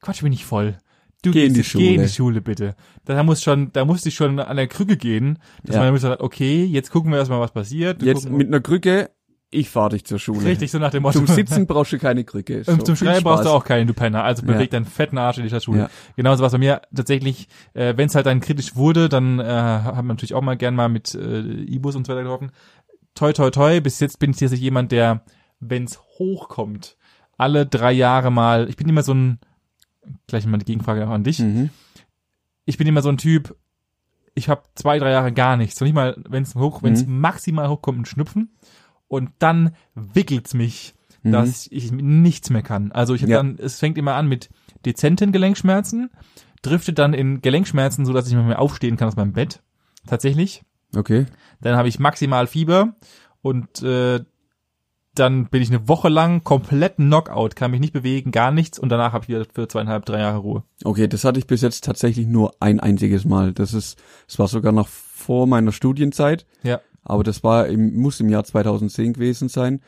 Quatsch bin ich voll. Du
Geh in
gehst
die
jetzt- Geh in die
Schule."
Schule bitte. Da muss schon, da musste ich schon an der Krücke gehen, dass
Ja.
meine Mutter sagt, okay, jetzt gucken wir erstmal, was passiert. Wir
jetzt
gucken,
mit einer Krücke, ich fahre dich zur Schule.
richtig so nach dem Motto.
Zum Sitzen brauchst du keine Krücke. So,
Ähm, zum
viel
Schreiben brauchst du
Spaß.
auch keinen, du Penner. Also beweg
Ja.
deinen fetten Arsch in die Stadtschule.
Ja.
Genauso was bei mir tatsächlich, äh, wenn es halt dann kritisch wurde, dann äh, haben wir natürlich auch mal gern mal mit äh, E-Bus und so weiter getroffen. Toi, toi, toi, bis jetzt bin ich tatsächlich jemand, der, wenn es hochkommt, alle drei Jahre mal, ich bin immer so
Hm.
ein, gleich mal die Gegenfrage auch an dich,
Mhm.
ich bin immer so ein Typ, ich habe zwei, drei Jahre gar nichts. Und nicht mal, wenn es hoch, wenn es
Hm.
maximal hochkommt, ein Schnupfen. Und dann wickelt's mich, dass ich nichts mehr kann. Also ich habe
Mhm. Ja.
dann, es fängt immer an mit dezenten Gelenkschmerzen, driftet dann in Gelenkschmerzen, so dass ich nicht mehr aufstehen kann aus meinem Bett. Tatsächlich.
Mhm. Okay.
Dann habe ich maximal Fieber und äh, dann bin ich eine Woche lang komplett Knockout, kann mich nicht bewegen, gar nichts und danach habe ich wieder für zweieinhalb, drei Jahre Ruhe.
Okay, das hatte ich bis jetzt tatsächlich nur ein einziges Mal. Das ist, es war sogar noch vor meiner Studienzeit.
Ja.
Aber das war im, muss im Jahr 2010 gewesen sein.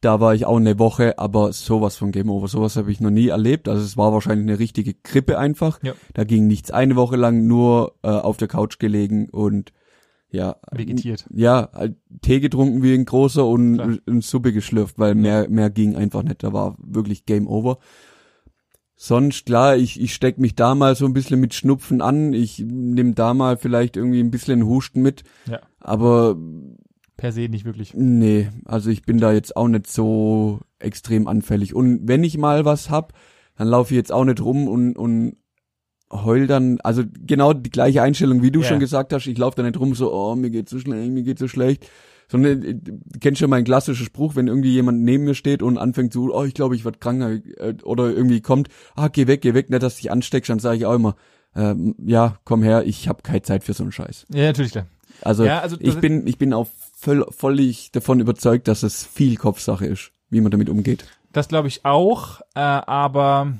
Da war ich auch eine Woche, aber sowas von Game Over, sowas habe ich noch nie erlebt. Also es war wahrscheinlich eine richtige Grippe einfach.
Ja.
Da ging nichts eine Woche lang, nur äh, auf der Couch gelegen und ja.
Vegetiert.
Ja, äh, Tee getrunken wie ein großer und,
Klar.
und Suppe geschlürft, weil mehr, mehr ging einfach nicht. Da war wirklich Game Over. Sonst, klar, ich, ich steck mich da mal so ein bisschen mit Schnupfen an. Ich nehme da mal vielleicht irgendwie ein bisschen Husten mit.
Ja.
Aber
Per se nicht wirklich.
Nee, also ich bin da jetzt auch nicht so extrem anfällig. Und wenn ich mal was hab, dann laufe ich jetzt auch nicht rum und, und heul dann, also genau die gleiche Einstellung, wie du
Ja.
schon gesagt hast, ich laufe da nicht rum so, oh, mir geht's so schlecht, mir geht's so schlecht. Sondern äh, du kennst schon meinen klassischen Spruch, wenn irgendwie jemand neben mir steht und anfängt zu, oh, ich glaube, ich werd krank äh, oder irgendwie kommt, ah, geh weg, geh weg, nicht, dass ich ansteckst, dann sage ich auch immer, ähm, ja, komm her, ich hab keine Zeit für so einen Scheiß.
Ja, natürlich klar.
Also,
Ja, also das-
ich bin ich bin auch völl, völlig davon überzeugt, dass es viel Kopfsache ist, wie man damit umgeht.
Das glaube ich auch, äh, aber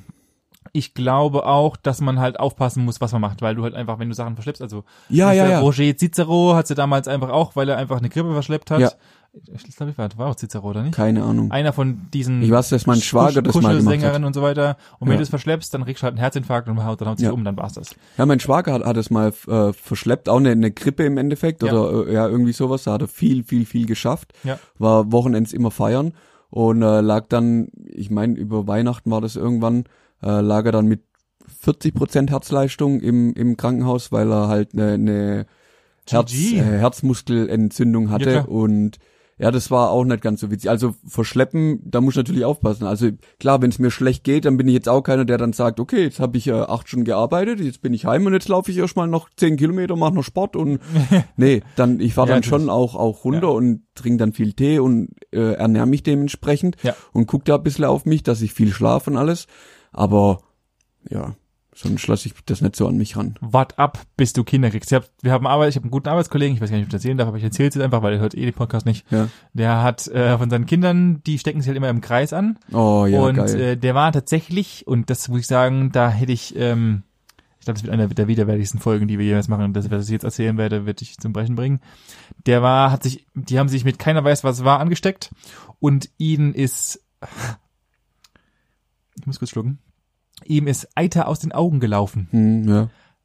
ich glaube auch, dass man halt aufpassen muss, was man macht, weil du halt einfach, wenn du Sachen verschleppst, also
Ja,
Mr.
ja, ja.
Roger Cicero hat sie damals einfach auch, weil er einfach eine Grippe verschleppt hat.
Ja.
Ich glaube, ich war, war auch Cicero, oder nicht?
Keine Ahnung.
Einer von diesen
Ich weiß, dass mein Schwager das mal gemacht
Kuschelsängerin
hat.
und so weiter. Und wenn
Ja.
du es verschleppst, dann kriegst du halt einen Herzinfarkt und haut, dann haut sich
Ja.
um, dann war's das.
Ja, mein Schwager hat, hat es mal äh, verschleppt, auch eine, eine Grippe im Endeffekt
Ja.
oder äh, ja irgendwie sowas. Da hat er viel, viel, viel geschafft.
Ja.
War Wochenends immer feiern und äh, lag dann, ich meine, über Weihnachten war das irgendwann, äh, lag er dann mit 40 Prozent Herzleistung im, im Krankenhaus, weil er halt eine, eine Herz,
GG.
äh, Herzmuskelentzündung hatte
Ja, klar.
und ja, das war auch nicht ganz so witzig. Also verschleppen, da muss ich natürlich aufpassen. Also klar, wenn es mir schlecht geht, dann bin ich jetzt auch keiner, der dann sagt, okay, jetzt habe ich äh, acht Stunden gearbeitet, jetzt bin ich heim und jetzt laufe ich erstmal noch zehn Kilometer, mache noch Sport und nee, dann ich fahre
Ja,
dann
natürlich.
schon auch auch runter
Ja.
und trinke dann viel Tee und äh, ernähre mich dementsprechend
Ja.
und gucke da ein bisschen auf mich, dass ich viel schlafe und alles. Aber ja, sonst lasse ich das nicht so an mich ran.
Wart ab, bis du Kinder kriegst. Ich hab, wir haben Arbeit, ich habe einen guten Arbeitskollegen, ich weiß gar nicht, ob ich das erzählen darf, aber ich erzähle es jetzt einfach, weil er hört eh den Podcast nicht.
Ja.
Der hat äh, von seinen Kindern, die stecken sich halt immer im Kreis an.
Oh ja,
und
geil.
äh, der war tatsächlich, und das muss ich sagen, da hätte ich, ähm, ich glaube, das wird einer der widerwärtigsten Folgen, die wir jemals machen. Und das, was ich jetzt erzählen werde, wird dich zum Brechen bringen. Der war, hat sich, die haben sich mit keiner weiß was war angesteckt und ihnen ist, ich muss kurz schlucken, ihm ist Eiter aus den Augen gelaufen.
hm, ja.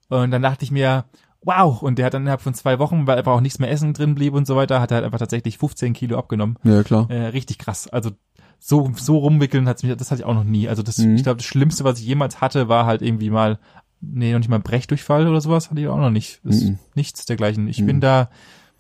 Und dann dachte ich mir, wow. Und der hat dann innerhalb von zwei Wochen, weil einfach auch nichts mehr Essen drin blieb und so weiter, hat er halt einfach tatsächlich 15 Kilo abgenommen.
ja, klar.
Äh, richtig krass. Also so, so rumwickeln hat's mich, das hatte ich auch noch nie. Also das,
Mhm.
ich glaube, das Schlimmste, was ich jemals hatte, war halt irgendwie mal, nee, noch nicht mal Brechdurchfall oder sowas, hatte ich auch noch nicht. Das
Mhm.
Nichts dergleichen. Ich
Mhm.
bin da,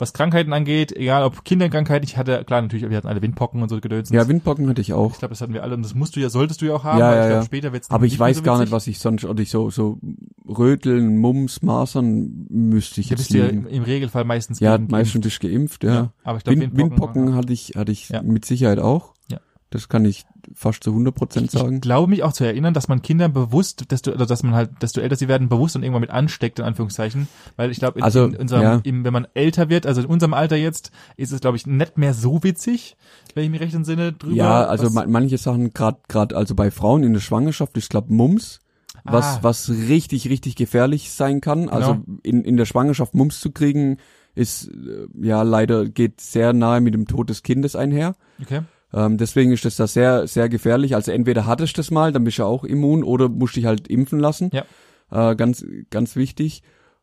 was Krankheiten angeht, egal ob Kinderkrankheit, ich hatte, klar, natürlich, wir hatten alle Windpocken und so gedöns.
Ja, Windpocken hatte ich auch.
ich glaube, das hatten wir alle und das musst du ja, solltest du ja auch haben,
Ja,
weil
ja,
ich glaube,
ja.
später wird's
Aber ich
mehr
weiß
so
gar
witzig.
nicht, was ich sonst, oder ich so, so Röteln, Mums, Masern müsste ich
Du
jetzt
bist ja
liegen.
im Regelfall meistens
Ja,
gegen-
meistens bist du geimpft, ja.
Ja, aber ich glaube,
Wind, Windpocken hatte ich, hatte ich
Ja.
mit Sicherheit auch.
Ja.
Das kann ich fast zu 100 Prozent
Ich
sagen.
glaube mich auch zu erinnern, dass man Kinder bewusst, desto, also dass man halt, desto älter sie werden, bewusst und irgendwann mit ansteckt, in Anführungszeichen. Weil ich glaube, in,
Also,
in unserem,
ja.
im, wenn man älter wird, also in unserem Alter jetzt, ist es, glaube ich, nicht mehr so witzig, wenn ich mich recht entsinne, drüber.
ja, also
was-
ma manche Sachen, gerade grad, also bei Frauen in der Schwangerschaft, ich glaube Mums, was,
Ah. Genau.
was richtig, richtig gefährlich sein kann. Also in, in der Schwangerschaft Mums zu kriegen, ist äh, ja leider geht sehr nahe mit dem Tod des Kindes einher.
Okay.
Ähm, deswegen ist das da sehr, sehr gefährlich. Also entweder hattest du das mal, dann bist du auch immun oder musst dich halt impfen lassen.
Ja.
Äh, ganz, ganz wichtig.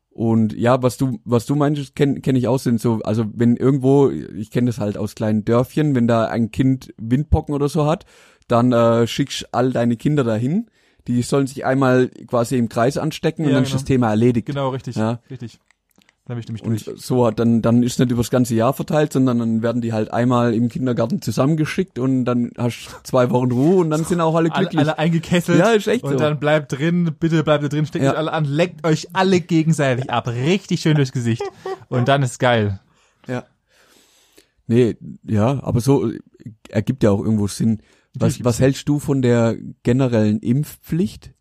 Und ja, was du, was du meinst, kenne kenn ich auch, sind so, also wenn irgendwo, ich kenne das halt aus kleinen Dörfchen, wenn da ein Kind Windpocken oder so hat, dann äh, schickst all deine Kinder dahin. Die sollen sich einmal quasi im Kreis anstecken und
Ja,
dann ist
genau.
das Thema erledigt.
Genau, richtig.
Ja.
Richtig. Dann bin ich nämlich
Und äh,
durch.
so, dann, dann ist nicht übers ganze Jahr verteilt, sondern dann werden die halt einmal im Kindergarten zusammengeschickt und dann hast du zwei Wochen Ruhe und dann sind auch alle
Alle,
glücklich.
alle eingekesselt.
Ja, ist echt
Und
so.
dann bleibt drin, bitte bleibt da drin, steckt
Ja.
euch alle an, leckt euch alle gegenseitig ab. Richtig schön durchs Gesicht. Und dann ist geil.
Ja. Nee, ja, aber so äh, ergibt ja auch irgendwo Sinn. Was,
Natürlich.
was hältst du von der generellen Impfpflicht?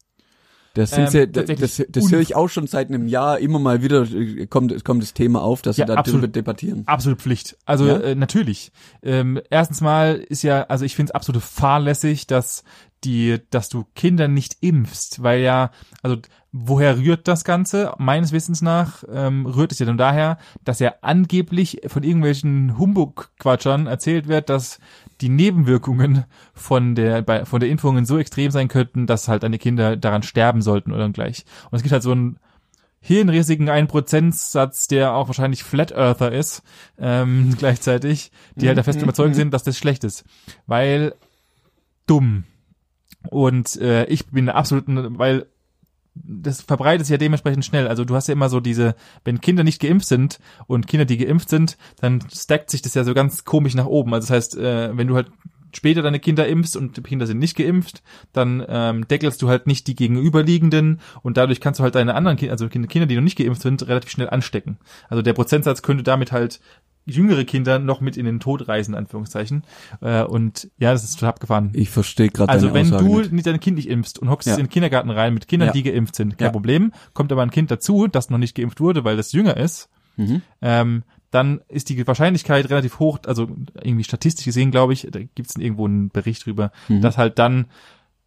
Das, sind
Ähm,
sie, das,
tatsächlich
das, das höre ich auch schon seit einem Jahr immer mal wieder, äh, kommt, kommt das Thema auf, dass
Ja,
sie darüber
absolut.
debattieren.
Absolut Pflicht. Also
Ja?
äh, natürlich. Ähm, erstens mal ist ja, also ich finde es absolut fahrlässig, dass die, dass du Kinder nicht impfst, weil ja, also woher rührt das Ganze? Meines Wissens nach ähm, rührt es ja dann daher, dass ja angeblich von irgendwelchen Humbug-Quatschern erzählt wird, dass die Nebenwirkungen von der bei, von der Impfungen so extrem sein könnten, dass halt deine Kinder daran sterben sollten oder gleich. Und es gibt halt so einen hirnriesigen 1%-Satz, der auch wahrscheinlich Flat Earther ist, ähm, gleichzeitig, die halt da fest überzeugt sind, dass das schlecht ist. Weil dumm. Und äh, ich bin absolut, weil das verbreitet sich ja dementsprechend schnell. Also du hast ja immer so diese, wenn Kinder nicht geimpft sind und Kinder, die geimpft sind, dann stackt sich das ja so ganz komisch nach oben. Also das heißt, äh, wenn du halt später deine Kinder impfst und die Kinder sind nicht geimpft, dann ähm, deckelst du halt nicht die gegenüberliegenden und dadurch kannst du halt deine anderen Kinder, also Kinder, Kinder, die noch nicht geimpft sind, relativ schnell anstecken. Also der Prozentsatz könnte damit halt jüngere Kinder noch mit in den Tod reisen, in Anführungszeichen. Äh, und ja, das ist total abgefahren.
Ich verstehe gerade
Also
deine
wenn
Aussage
du
nicht.
nicht dein Kind nicht impfst und hockst
Ja.
in den Kindergarten rein mit Kindern,
Ja.
die geimpft sind, kein
Ja.
Problem. Kommt aber ein Kind dazu, das noch nicht geimpft wurde, weil das jünger ist,
Mhm.
ähm, dann ist die Wahrscheinlichkeit relativ hoch, also irgendwie statistisch gesehen, glaube ich, da gibt es irgendwo einen Bericht drüber,
Mhm.
dass halt dann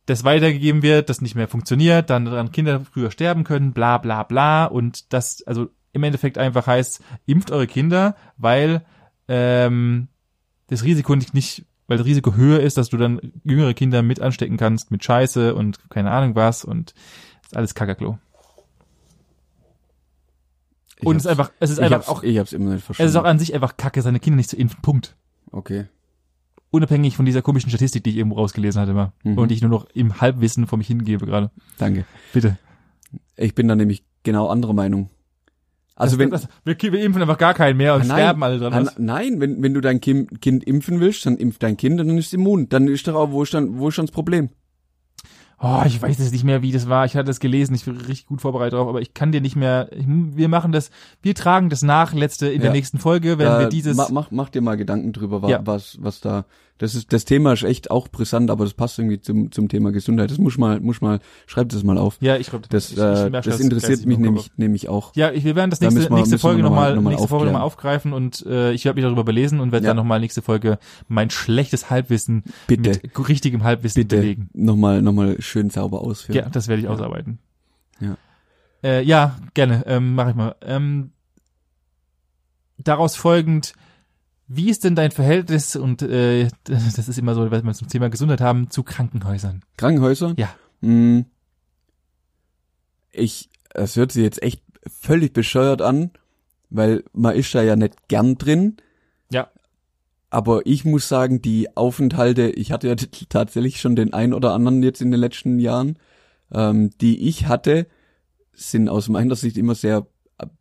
das weitergegeben wird, das nicht mehr funktioniert, dann, dann Kinder früher sterben können, bla bla bla und das also im Endeffekt einfach heißt, impft eure Kinder, weil ähm, das Risiko nicht, nicht, weil das Risiko höher ist, dass du dann jüngere Kinder mit anstecken kannst mit Scheiße und keine Ahnung was und ist alles Kackerklo.
Ich
Und es ist
hab's-
einfach, es ist
ich
einfach
hab's-
auch,
Ich hab's immer nicht
es ist auch
verstanden.
an sich einfach Kacke, seine Kinder nicht zu impfen. Punkt.
Okay.
Unabhängig von dieser komischen Statistik, die ich irgendwo rausgelesen hatte mal
Mhm.
und die ich nur noch im Halbwissen vor mich hingebe gerade.
Danke.
Bitte.
Ich bin da nämlich genau anderer Meinung. Also wenn,
das, das, wir, wir impfen einfach gar keinen mehr und
Ah, nein.
sterben alle dran.
Ah,
was?
nein, wenn, wenn du dein kind, kind impfen willst, dann impf dein Kind und dann ist es immun. Dann ist doch auch, wo ist dann, wo ist dann das Problem?
Oh, ich weiß jetzt nicht mehr, wie das war. Ich hatte das gelesen. Ich bin richtig gut vorbereitet drauf, aber ich kann dir nicht mehr. Ich, wir machen das. Wir tragen das nach letzte in der
Ja.
nächsten Folge, wenn
Da
wir dieses.
ma, mach, mach dir mal Gedanken drüber, wa,
Ja.
was, was da. Das ist, das Thema ist echt auch brisant, aber das passt irgendwie zum, zum Thema Gesundheit. Das muss mal, muss mal, schreib das mal auf.
ja, ich glaube,
Das, äh, das interessiert mich nämlich, nämlich auch.
Ja, ich, wir werden das
Da
nächste,
müssen wir-
nächste
müssen wir
Folge
noch mal-
nochmal
noch mal
nächste Folge
aufklären.
nochmal aufgreifen und äh, ich werde mich darüber belesen und werde
Ja.
dann nochmal nächste Folge mein schlechtes Halbwissen
Bitte.
mit richtigem Halbwissen
Bitte
belegen.
nochmal, nochmal schön sauber
Ja,
ausführen.
das werde ich ausarbeiten.
Ja.
Äh, ja, gerne. Ähm, mach ich mal. Ähm, daraus folgend, wie ist denn dein Verhältnis und äh, das ist immer so, weil wir zum Thema Gesundheit haben, zu Krankenhäusern?
Krankenhäuser?
Ja.
Mm. Ich, es hört sich jetzt echt völlig bescheuert an, weil man ist da ja nicht gern drin.
Ja.
Aber ich muss sagen, die Aufenthalte, ich hatte ja t- tatsächlich schon den einen oder anderen jetzt in den letzten Jahren, ähm, die ich hatte, sind aus meiner Sicht immer sehr,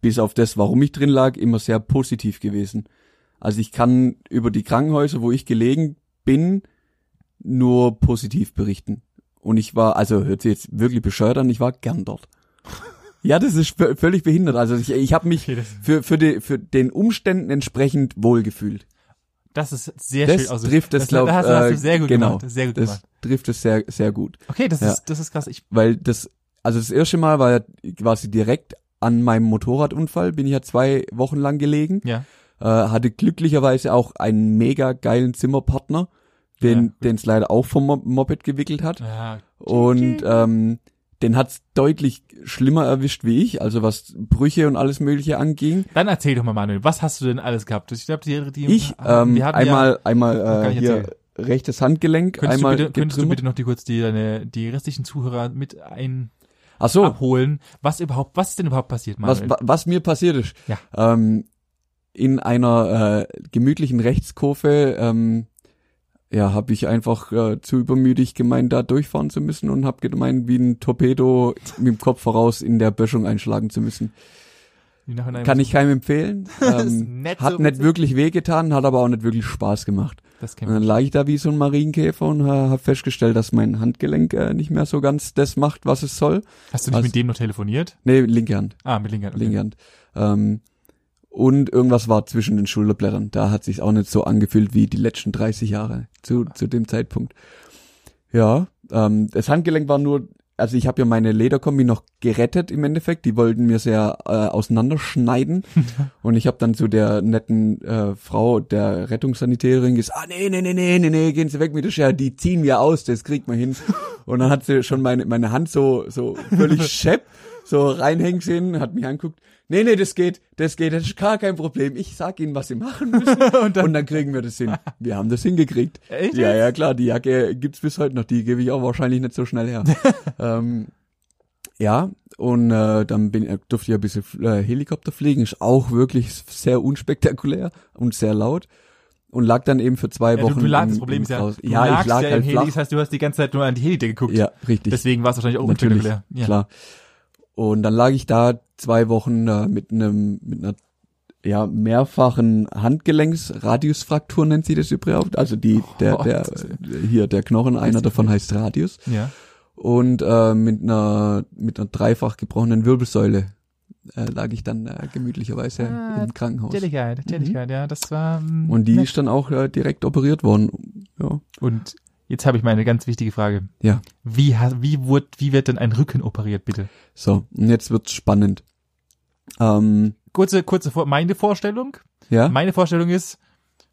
bis auf das, warum ich drin lag, immer sehr positiv gewesen. Also ich kann über die Krankenhäuser, wo ich gelegen bin, nur positiv berichten. Und ich war, also hört sich jetzt wirklich bescheuert an, ich war gern dort. Ja, das ist vö- völlig behindert. Also ich, ich habe mich
Okay, das-
für, für, die, für den Umständen entsprechend wohlgefühlt.
Das ist sehr
Das
schön aus.
trifft es, glaub,
das, hast
äh,
du sehr gut
genau.
gemacht. Sehr gut
Das
gemacht.
trifft es sehr, sehr gut.
Okay, das
Ja.
ist das ist krass. Ich,
Weil das, also das erste Mal war ja quasi direkt an meinem Motorradunfall, bin ich ja zwei Wochen lang gelegen.
ja.
äh, hatte glücklicherweise auch einen mega geilen Zimmerpartner,
Ja,
den
gut.
den es leider auch vom Mo- Moped gewickelt hat.
ja.
Und ähm, den hat's deutlich schlimmer erwischt wie ich, also was Brüche und alles Mögliche anging.
Dann erzähl doch mal, Manuel, was hast du denn alles gehabt? Ich glaube, die, die Ah,
Ich ähm,
wir hatten
einmal
Kann
einmal
gar
äh,
nicht
hier
erzählen.
rechtes Handgelenk,
ja, könntest,
einmal
du bitte, könntest du
getrümmert.
bitte noch die kurz die deine die restlichen Zuhörer mit ein
Ach so,
abholen, was überhaupt was ist denn überhaupt passiert,
was,
Manuel?
wa- was mir passiert ist.
Ja.
Ähm, in einer äh, gemütlichen Rechtskurve ähm, ja, habe ich einfach äh, zu übermütig gemeint, da durchfahren zu müssen und habe gemeint, wie ein Torpedo mit dem Kopf voraus in der Böschung einschlagen zu müssen.
Die Nachhinein
Kann ich keinem empfehlen.
ist
Ähm,
nett
hat
so
nicht
witzig.
wirklich wehgetan, hat aber auch nicht wirklich Spaß gemacht.
Das
Und
kennt
dann lag ich da wie so ein Marienkäfer und äh, habe festgestellt, dass mein Handgelenk äh, nicht mehr so ganz das macht, was es soll.
Hast du nicht
Also-
mit dem noch telefoniert?
Nee, linke Hand.
Ah, mit Linkern. Okay.
linke Hand. Ähm, und irgendwas war zwischen den Schulterblättern. Da hat sich's auch nicht so angefühlt wie die letzten 30 Jahre zu, zu dem Zeitpunkt. Ja, ähm, das Handgelenk war nur, also ich habe ja meine Lederkombi noch gerettet im Endeffekt. Die wollten mir sehr äh, auseinanderschneiden. und ich habe dann zu der netten äh, Frau, der Rettungssanitäterin, gesagt, ah nee, nee, nee, nee, nee, nee, gehen Sie weg mit der Schere, die ziehen mir aus, das kriegt man hin. und dann hat sie schon meine, meine Hand so, so völlig schepp so reinhängen sehen, hat mich anguckt. Nee, nee, das geht, das geht, das ist gar kein Problem. Ich sag ihnen, was sie machen müssen und, dann, kriegen wir das hin. Wir haben das hingekriegt.
Echt
Ja,
jetzt?
ja, klar, die Jacke gibt's bis heute noch, die gebe ich auch wahrscheinlich nicht so schnell her. ähm, ja, und äh, dann bin, äh, durfte ich ein bisschen äh, Helikopter fliegen, ist auch wirklich sehr unspektakulär und sehr laut und lag dann eben für zwei
Ja, du,
Wochen
du lag, das
im-
Problem
im
ist ja,
Haus.
du
ja, ich
lagst
lag
ja
halt
im Heli,
flach.
das heißt, du hast die ganze Zeit nur an die Helite geguckt.
Ja, richtig.
Deswegen war es wahrscheinlich auch
Natürlich,
unspektakulär. Ja.
klar. Und dann lag ich da zwei Wochen äh, mit einem mit einer ja mehrfachen Handgelenksradiusfraktur nennt sie das übrigens. Also die
Oh
der der hier der Knochen, einer davon heißt Radius
ja.
und äh, mit einer mit einer dreifach gebrochenen Wirbelsäule äh, lag ich dann äh, gemütlicherweise
Ah,
im Krankenhaus.
Tätigkeit, Tätigkeit, ja, das war. mm,
Mhm. Und die
nett.
ist dann auch äh, direkt operiert worden. Ja.
Und jetzt habe ich mal eine ganz wichtige Frage.
ja.
Wie, ha- wie, wird, wie wird denn ein Rücken operiert, bitte?
So, und jetzt wird's spannend. Ähm,
Kurze, kurze Vor meine Vorstellung.
ja.
Meine Vorstellung ist,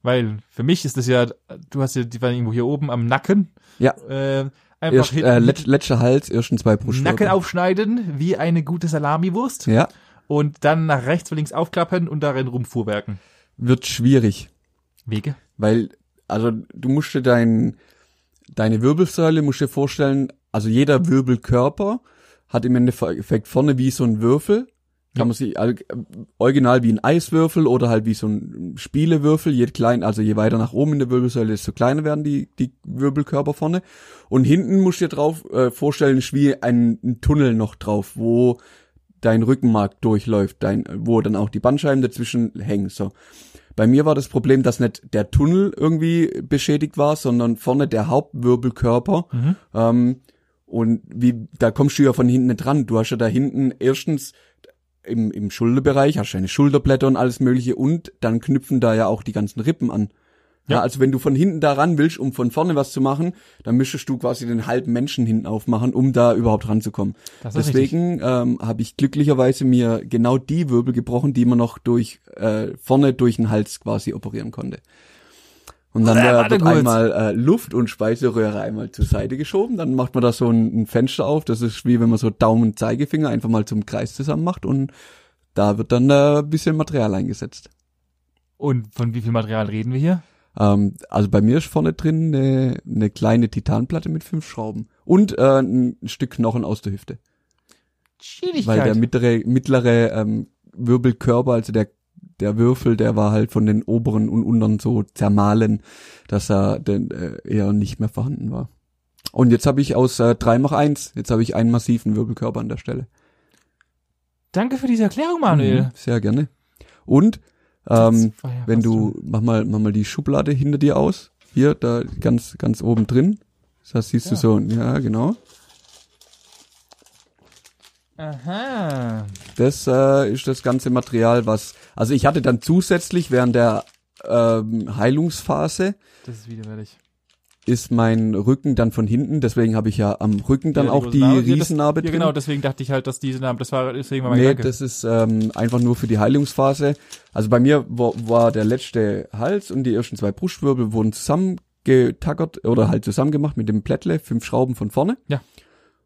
weil für mich ist das ja, du hast ja die waren irgendwo hier oben am Nacken.
Ja.
Äh, einfach
Erst,
hinten
äh, let, letzter Hals, ersten zwei Brustwirbel.
Nacken aufschneiden, wie eine gute Salamiwurst.
Ja,
Und dann nach rechts und links aufklappen und darin rumfuhrwerken.
wird schwierig,
Wege?
weil also du musst dir dein, deine Wirbelsäule musst dir vorstellen, also jeder Wirbelkörper hat im Endeffekt vorne wie so ein Würfel, kann
Ja.
man sich also, äh, original wie ein Eiswürfel oder halt wie so ein Spielewürfel, je klein, also je weiter nach oben in der Wirbelsäule, desto kleiner werden die die Wirbelkörper vorne und hinten musst du dir drauf äh, vorstellen, ist wie ein, ein Tunnel noch drauf, wo dein Rückenmark durchläuft, dein, wo dann auch die Bandscheiben dazwischen hängen. So. Bei mir war das Problem, dass nicht der Tunnel irgendwie beschädigt war, sondern vorne der Hauptwirbelkörper. Ähm, und wie, da kommst du ja von hinten nicht ran. Du hast ja da hinten erstens im, im Schulterbereich hast du deine Schulterblätter und alles mögliche und dann knüpfen da ja auch die ganzen Rippen an. Ja.
Ja.
also wenn du von hinten da ran willst, um von vorne was zu machen, dann müsstest du quasi den halben Menschen hinten aufmachen, um da überhaupt ranzukommen.
Das ist richtig.
Deswegen ähm, habe ich glücklicherweise mir genau die Wirbel gebrochen, die man noch durch äh, vorne durch den Hals quasi operieren konnte. Und dann
Äh,
äh,
warte
wird
kurz.
einmal äh, Luft und Speiseröhre einmal zur Seite geschoben, dann macht man da so ein, ein Fenster auf, das ist wie wenn man so Daumen und Zeigefinger einfach mal zum Kreis zusammen macht und da wird dann äh, ein bisschen Material eingesetzt.
Und von wie viel Material reden wir hier?
Ähm, also bei mir ist vorne drin eine, eine kleine Titanplatte mit fünf Schrauben und äh, ein Stück Knochen aus der Hüfte.
Schwierigkeit.
weil der mittlere, mittlere ähm, Wirbelkörper, also der der Würfel, der war halt von den oberen und unteren so zermahlen, dass er denn, äh, eher nicht mehr vorhanden war. Und jetzt habe ich aus äh, 3 mach 1, jetzt habe ich einen massiven Wirbelkörper an der Stelle.
Danke für diese Erklärung, Manuel.
Mhm, sehr gerne. Und
Das
ähm,
war ja
wenn
fast
du, mach mal, mach mal die Schublade hinter dir aus. Hier, da ganz, ganz oben drin. Das siehst du
Ja.
so, ja, genau.
schon- Aha.
Das äh, ist das ganze Material, was. Also ich hatte dann zusätzlich während der ähm, Heilungsphase
Das ist widerwärtig.
ist mein Rücken dann von hinten, deswegen habe ich ja am Rücken dann
Ja,
auch
große
die
Narbe. Ja, das-
Riesennarbe
Ja,
drin.
genau, deswegen dachte ich halt, dass diese Namen, das war, deswegen war mein
Nee,
Gedanke.
das ist ähm, einfach nur für die Heilungsphase. Also bei mir wo- war der letzte Hals und die ersten zwei Brustwirbel wurden zusammengetackert oder halt zusammengemacht mit dem Plättle, fünf Schrauben von vorne.
Ja.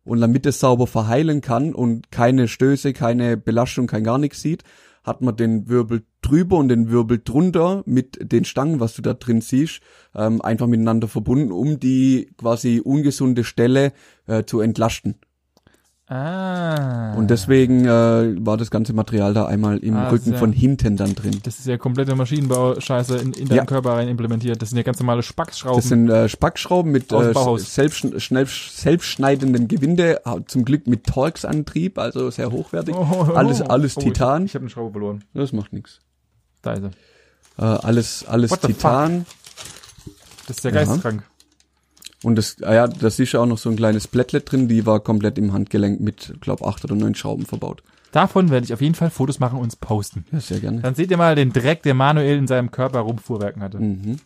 Und damit es sauber verheilen kann und keine Stöße, keine Belastung, kein gar nichts sieht, hat man den Wirbel drüber und den Wirbel drunter mit den Stangen, was du da drin siehst, ähm, einfach miteinander verbunden, um die quasi ungesunde Stelle äh, zu entlasten.
Ah.
Und deswegen äh, war das ganze Material da einmal im
Ah,
Rücken
sehr.
von hinten dann drin.
Das ist ja komplette Maschinenbau-Scheiße in, in deinen
Ja.
Körper rein implementiert. Das sind ja ganz normale Spackschrauben.
Das sind äh, Spackschrauben mit
Aus dem
äh,
Bauhaus.
selbst, schnell, selbstschneidendem Gewinde, ah, zum Glück mit Torx-Antrieb, also sehr hochwertig.
Oh.
alles alles
Oh,
Titan.
Ich, ich habe eine Schraube verloren.
das macht nichts.
Da ist er.
Äh, alles alles
What the
Titan.
Das ist ja
Ja.
geisteskrank.
Und das, ah ja, das ist ja auch noch so ein kleines Blättlet drin, die war komplett im Handgelenk mit, glaube acht oder neun Schrauben verbaut.
Davon werde ich auf jeden Fall Fotos machen und es posten.
Ja, sehr gerne.
Dann seht ihr mal den Dreck, der Manuel in seinem Körper rumfuhrwerken hatte.
Mhm,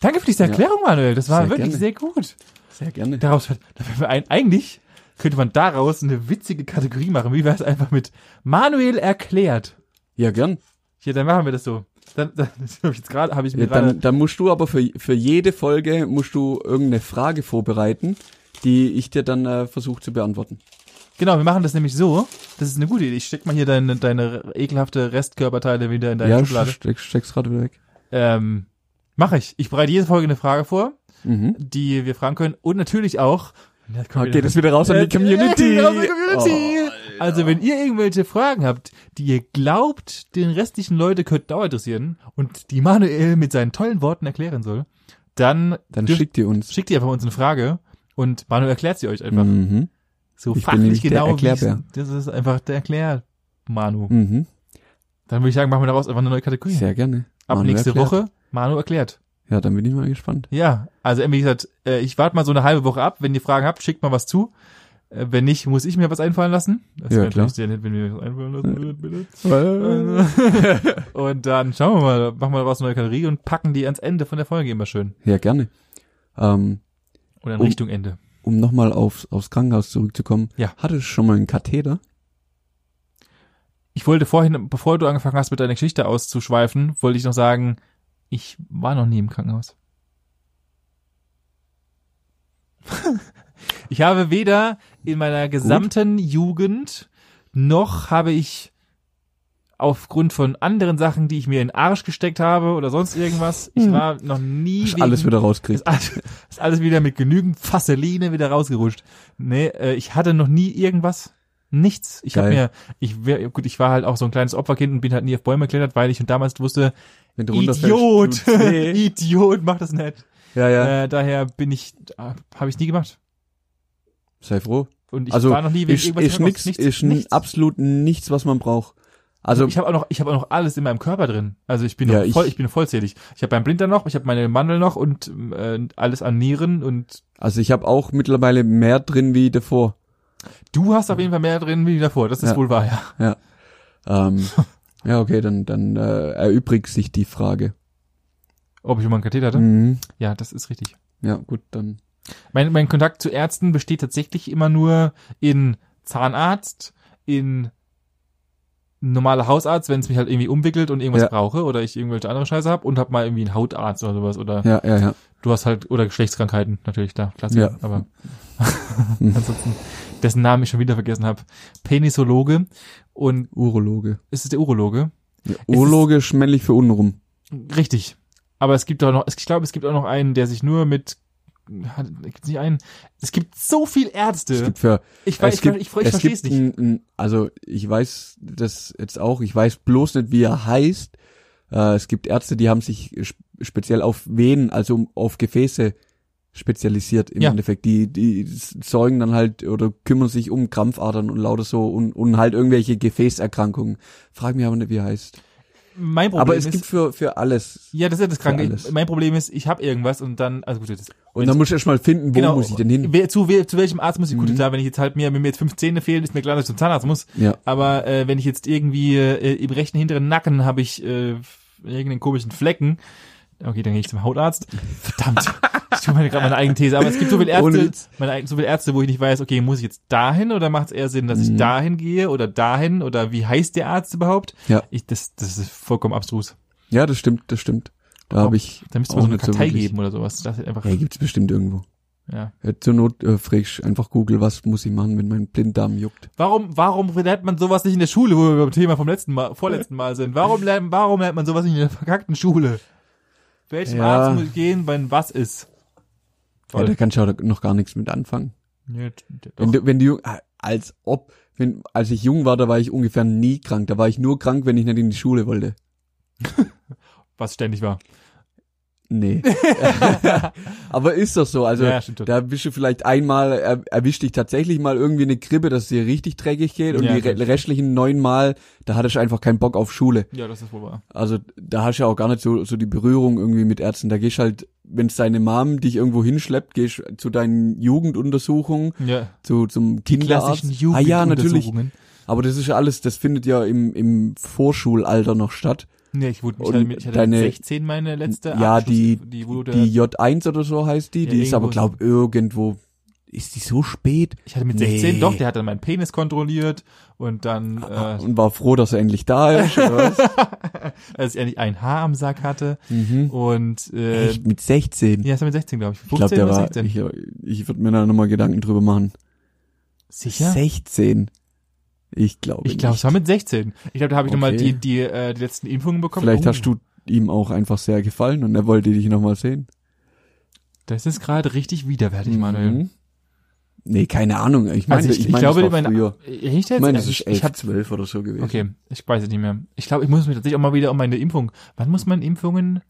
Danke für diese Erklärung, Manuel. Das war
Sehr
wirklich
gerne.
sehr gut.
sehr gerne.
Daraus, da werden wir ein, eigentlich könnte man daraus eine witzige Kategorie machen. Wie wäre es einfach mit Manuel erklärt?
Ja, gern.
Hier, dann machen wir das so. Dann, dann das habe ich jetzt gerade, habe ich mir
Ja,
gerade.
dann, dann musst du aber für, für jede Folge musst du irgendeine Frage vorbereiten, die ich dir dann äh, versuche zu beantworten.
Genau, wir machen das nämlich so. Das ist eine gute Idee. Ich steck mal hier deine, deine ekelhafte Restkörperteile wieder in deine
ja,
Schublade.
steck, steck's gerade wieder weg.
Ähm, Mache ich. Ich bereite jede Folge eine Frage vor,
Mhm.
die wir fragen können. Und natürlich auch. Ja, komm,
Okay, das wieder raus an die
Äh,
Community.
raus an die Community.
Oh.
also, wenn ihr irgendwelche Fragen habt, die ihr glaubt, den restlichen Leute könnten dauer interessieren und die Manuel mit seinen tollen Worten erklären soll, dann,
Dann
dürft-
schickt ihr uns.
schickt ihr einfach uns eine Frage und Manuel erklärt sie euch einfach.
Mhm.
So
Ich bin
fachlich
nämlich der
genau wie es-
Erklärbär.
Das ist einfach der Erklär, Manu.
Mhm.
Dann würde ich sagen, machen wir daraus einfach eine neue Kategorie.
Sehr gerne.
Ab
Manuel
nächste
erklärt.
Woche, Manu erklärt.
Ja, dann bin ich mal gespannt.
Ja, also wie gesagt, äh, ich warte mal so eine halbe Woche ab. Wenn ihr Fragen habt, schickt mal was zu. Äh, Wenn nicht, muss ich mir was einfallen lassen. Das
Ja,
wäre
klar.
natürlich Sehr nett, wenn wir was einfallen lassen würdet, bitte. Äh.
Ja,
und dann schauen wir mal, machen wir daraus eine neue Kategorie und packen die ans Ende von der Folge immer schön.
gerne. Ähm,
Oder in
Um-
Richtung Ende.
um nochmal aufs, aufs Krankenhaus zurückzukommen.
Ja.
Hattest du schon mal einen Katheter?
Ich wollte vorhin, bevor du angefangen hast, mit deiner Geschichte auszuschweifen, wollte ich noch sagen, ich war noch nie im Krankenhaus. ich habe weder in meiner gesamten Jugend noch habe ich aufgrund von anderen Sachen, die ich mir in den Arsch gesteckt habe oder sonst irgendwas, ich
Hm.
war noch nie
Dass alles wieder rauskriegst.
ist alles, ist alles wieder mit genügend Fasseline wieder rausgerutscht. Nee, äh, ich hatte noch nie irgendwas. Nichts. Ich habe
Geil.
mir, ich wär, gut, ich war halt auch so ein kleines Opferkind und bin halt nie auf Bäume geklettert, weil ich schon damals wusste,
Wenn du
Idiot,
du- Nee.
Idiot, mach das nicht.
Ja, ja.
Äh, daher bin ich, äh, habe ich nie gemacht.
Sei froh.
Und ich
Also,
war noch nie wegen
Ist, ist nix,
irgendwas
ist n- absolut nichts, was man braucht. Also,
ich habe auch noch, ich habe auch noch alles in meinem Körper drin. Also ich bin
Ja,
noch
ich-
voll, ich bin vollzählig. Ich habe meinen Blinder noch, ich habe meine Mandel noch und äh, alles an Nieren und
also ich habe auch mittlerweile mehr drin wie davor.
du hast auf jeden Fall mehr drin wie davor. Das ist
Ja.
wohl wahr, ja.
Ähm, ja, okay, dann, dann äh, erübrigt sich die Frage.
Ob ich schon mal einen Katheter hatte?
Mhm.
Ja, das ist richtig.
Ja, gut, dann.
Mein, mein Kontakt zu Ärzten besteht tatsächlich immer nur in Zahnarzt, in normaler Hausarzt, wenn es mich halt irgendwie umwickelt und irgendwas
Ja.
brauche oder ich irgendwelche andere Scheiße habe und hab mal irgendwie einen Hautarzt oder sowas oder
Ja, ja, ja.
du hast halt oder Geschlechtskrankheiten natürlich da, Klassiker,
Ja.
aber ansonsten dessen Namen ich schon wieder vergessen habe. Penisologe und
Urologe.
ist es der Urologe?
Ja, Urologe ist männlich für unrum.
Richtig. Aber es gibt auch noch, ich glaube, es gibt auch noch einen, der sich nur mit hat- gibt's nicht einen. Es gibt so viel
Es
Ärzte.
gibt für
Ich, weiß,
es
ich,
gibt,
ich, ich, ich verstehe es
gibt
nicht.
Ein, ein, also ich weiß das jetzt auch, ich weiß bloß nicht, wie er heißt. Äh, es gibt Ärzte, die haben sich sp- speziell auf Venen, also um- auf Gefäße spezialisiert im
Ja.
Endeffekt. Die, die s- sorgen dann halt oder kümmern sich um Krampfadern und lauter so und, und halt irgendwelche Gefäßerkrankungen. Frag mich aber nicht, wie er heißt.
Mein Problem
aber es
ist,
gibt für, für alles.
ja, das ist ja das Kranke.
alles.
Ich, mein Problem ist, ich habe irgendwas und dann, also gut, das,
Und dann musst du erst mal finden, wo
Genau,
muss ich denn hin?
Wer, zu, wer, zu welchem Arzt muss ich? Gut,
Mhm.
klar, wenn ich jetzt halt mir, wenn mir jetzt fünf Zähne fehlen, ist mir klar, dass ich zum Zahnarzt muss.
Ja.
Aber äh, wenn ich jetzt irgendwie äh, im rechten hinteren Nacken habe ich äh, irgendeinen komischen Flecken. Okay, dann gehe ich zum Hautarzt. Verdammt, ich tue mir gerade meine eigene These. Aber es gibt so viele
Ohne
Ärzte,
Witz.
meine, eigenen- so viele Ärzte, wo ich nicht weiß, okay, muss ich jetzt dahin oder macht es eher Sinn, dass ich
Mhm.
dahin gehe oder dahin oder wie heißt der Arzt überhaupt?
Ja.
Ich, das, das ist vollkommen abstrus.
ja, das stimmt, das stimmt. Da habe ich.
Da müsste man so eine
Auch nicht so
Kartei
wirklich.
geben oder sowas. Das ist einfach,
Ja, gibt's bestimmt irgendwo.
ja.
Ja, zur Not äh, fragst einfach Google, was muss ich machen, wenn mein Blinddarm juckt.
Warum, warum lernt man sowas nicht in der Schule, wo wir beim Thema vom letzten Mal, vorletzten Mal sind? Warum lernt, warum lernt man sowas nicht in der verkackten Schule? Welchem
Ja.
Arzt muss ich gehen, wenn was ist?
Ja,
Voll.
da kannst du auch noch gar nichts mit anfangen.
Nee,
Wenn
doch.
du, wenn du, ah, als ob, wenn, als ich jung war, da war ich ungefähr nie krank. Da war ich nur krank, wenn ich nicht in die Schule wollte.
was ständig war.
Nee. Aber ist doch so. Also
Ja, stimmt schon.
da bist du vielleicht einmal, er, erwischt dich tatsächlich mal irgendwie eine Grippe, dass es dir richtig dreckig geht. Und
Ja,
die
stimmt.
re restlichen neun Mal, da hattest du einfach keinen Bock auf Schule.
Ja, das ist wohl wahr.
Also da hast du ja auch gar nicht so, so die Berührung irgendwie mit Ärzten. Da gehst halt, wenn es deine Mom dich irgendwo hinschleppt, gehst zu deinen Jugenduntersuchungen,
Ja.
zu, zum Kinderarzt.
Klassischen
ah
Jugend
ja, natürlich. Aber das ist ja alles, das findet ja im, im Vorschulalter noch statt.
Nee, ich wurde mich
Und
halt mit, ich hatte
deine-
mit 16 meine letzte
Ja,
Abschluss-
die-
die wurde,
Die J1 oder so heißt die,
Ja,
die ist aber
irgendwo
glaub irgendwo, ist die so spät?
ich hatte mit
Nee.
16, doch, der hat dann meinen Penis kontrolliert und dann,
Ah,
äh,
Und war froh, dass er endlich da ist. oder was?
als ich endlich ein Haar am Sack hatte
mhm.
und, äh,
Echt, mit 16.
ja, das war mit 16, glaube ich. 15
ich glaube, der
oder
war,
16.
ich, ich würde mir da nochmal Gedanken drüber machen.
Sicher?
16. Ich glaube
Ich glaube, es
nicht.
war mit 16. Ich glaube, da habe ich nochmal
Okay.
die, die, äh, die letzten Impfungen bekommen.
Vielleicht
Oh,
hast du ihm auch einfach sehr gefallen und er wollte dich nochmal sehen.
Das ist gerade richtig widerwärtig, Manuel.
Mhm. Nee, keine Ahnung. Ich meine,
Also ich, ich,
meine,
glaube,
das war
mein,
früher.
ich,
Ich
jetzt,
meine,
also
das ist
ich, ich
elf,
hab,
zwölf oder so gewesen.
okay, ich weiß es nicht mehr. Ich glaube, ich muss mich tatsächlich auch mal wieder um meine Impfung. Wann muss man Impfungen?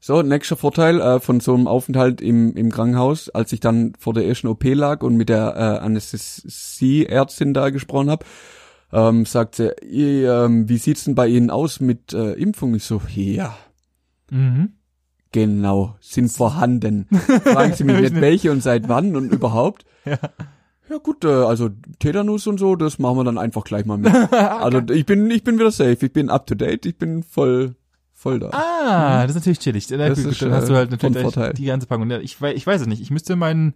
So, nächster Vorteil äh, von so einem Aufenthalt im, im Krankenhaus, als ich dann vor der ersten OP lag und mit der äh, Anästhesieärztin da gesprochen habe, ähm, sagt sie, "Ihr, ähm, wie sieht's denn bei Ihnen aus mit äh, Impfung? Ich so, ja,
Mhm.
genau, sind vorhanden. Fragen Sie mich nicht welche und seit wann und überhaupt.
Ja.
Ja gut, äh, also Tetanus und so, das machen wir dann einfach gleich mal mit. Also ich bin, ich bin wieder safe, ich bin up to date, ich bin voll, voll da.
Ah, das ist natürlich chillig. Na
Mhm. Das
gut,
ist,
dann
äh,
hast du halt
von
natürlich
Vorteil.
gleich die ganze Packung. Ja, Ich, wei- ich weiß es nicht. Ich müsste meinen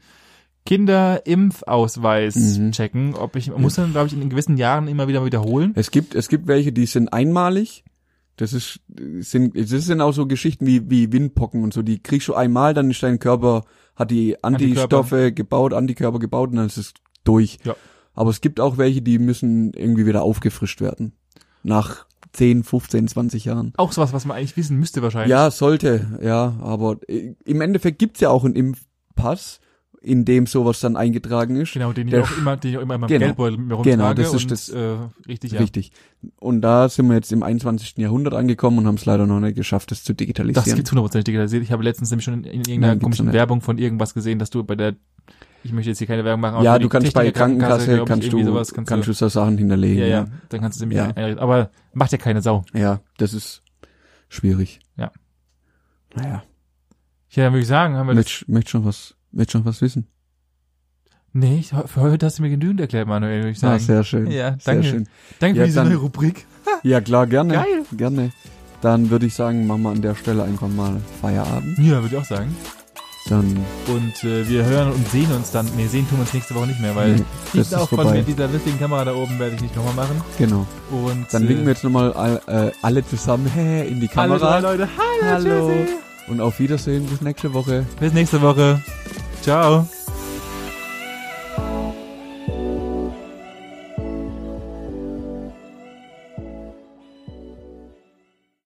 Kinderimpfausweis
Mhm.
checken, ob ich muss dann glaube ich in gewissen Jahren immer wieder wiederholen.
Es gibt, es gibt welche, die sind einmalig. Das ist, sind, das sind auch so Geschichten wie, wie Windpocken und so. Die kriegst du einmal, dann ist dein Körper, hat die Antistoffe gebaut, Antikörper gebaut und dann ist es durch.
Ja.
Aber es gibt auch welche, die müssen irgendwie wieder aufgefrischt werden. Nach 10, 15, 20 Jahren.
Auch sowas, was man eigentlich wissen müsste wahrscheinlich.
Ja, sollte, ja, aber äh, im Endeffekt gibt's ja auch einen Impfpass, in dem sowas dann eingetragen ist.
Genau, den ich
Der
auch immer, den ich auch immer in meinem
Genau.
Geldbeutel mit mir rumtrage.
Genau, das ist
und,
das-
Äh, richtig, ja.
Richtig. Und da sind wir jetzt im 21. Jahrhundert angekommen und haben es leider noch nicht geschafft, das zu digitalisieren.
Das gibt's hundertprozentig digitalisiert. Ich habe letztens nämlich schon in, in irgendeiner
Nein, gibt's
komischen
nicht.
Werbung von irgendwas gesehen, dass du bei der, ich möchte jetzt hier keine Werbung machen, aber
ja,
für die
du kannst bei
Techniker-
Krankenkasse,
glaub ich,
kannst, du,
irgendwie sowas
kannst,
kannst, du,
du so Sachen hinterlegen.
ja, ja,
Ja,
dann kannst du nämlich
Ja.
einrichten. Aber macht ja keine Sau.
ja. das ist schwierig.
Ja.
Naja,
Ja, dann würde ich sagen, haben wir das,
möchtest möcht schon was, möchtest schon was wissen?
nee, ich, für heute hast du mir genügend erklärt, Manuel, würde ich
Ja,
sagen.
Ah, sehr schön.
Ja,
sehr
danke.
schön.
Danke
Ja,
für diese
dann-
neue Rubrik.
Ja, klar, gerne.
Geil.
Gerne. Dann würde ich sagen, machen wir an der Stelle einfach mal Feierabend.
Ja, würde ich auch sagen.
Dann
Und äh, wir hören und sehen uns dann, nee, sehen tun wir uns nächste Woche nicht mehr, weil
Nee, das
ich
ist
auch von
vorbei.
mir, dieser lustigen Kamera da oben werde ich nicht nochmal machen.
genau.
Und
Dann
äh,
winken wir jetzt nochmal all, äh, alle zusammen hä, in die
alle drei
Kamera.
Leute. Hallo,
Hallo.
Tschüssi.
Und auf Wiedersehen bis nächste Woche.
Bis nächste Woche. Ciao.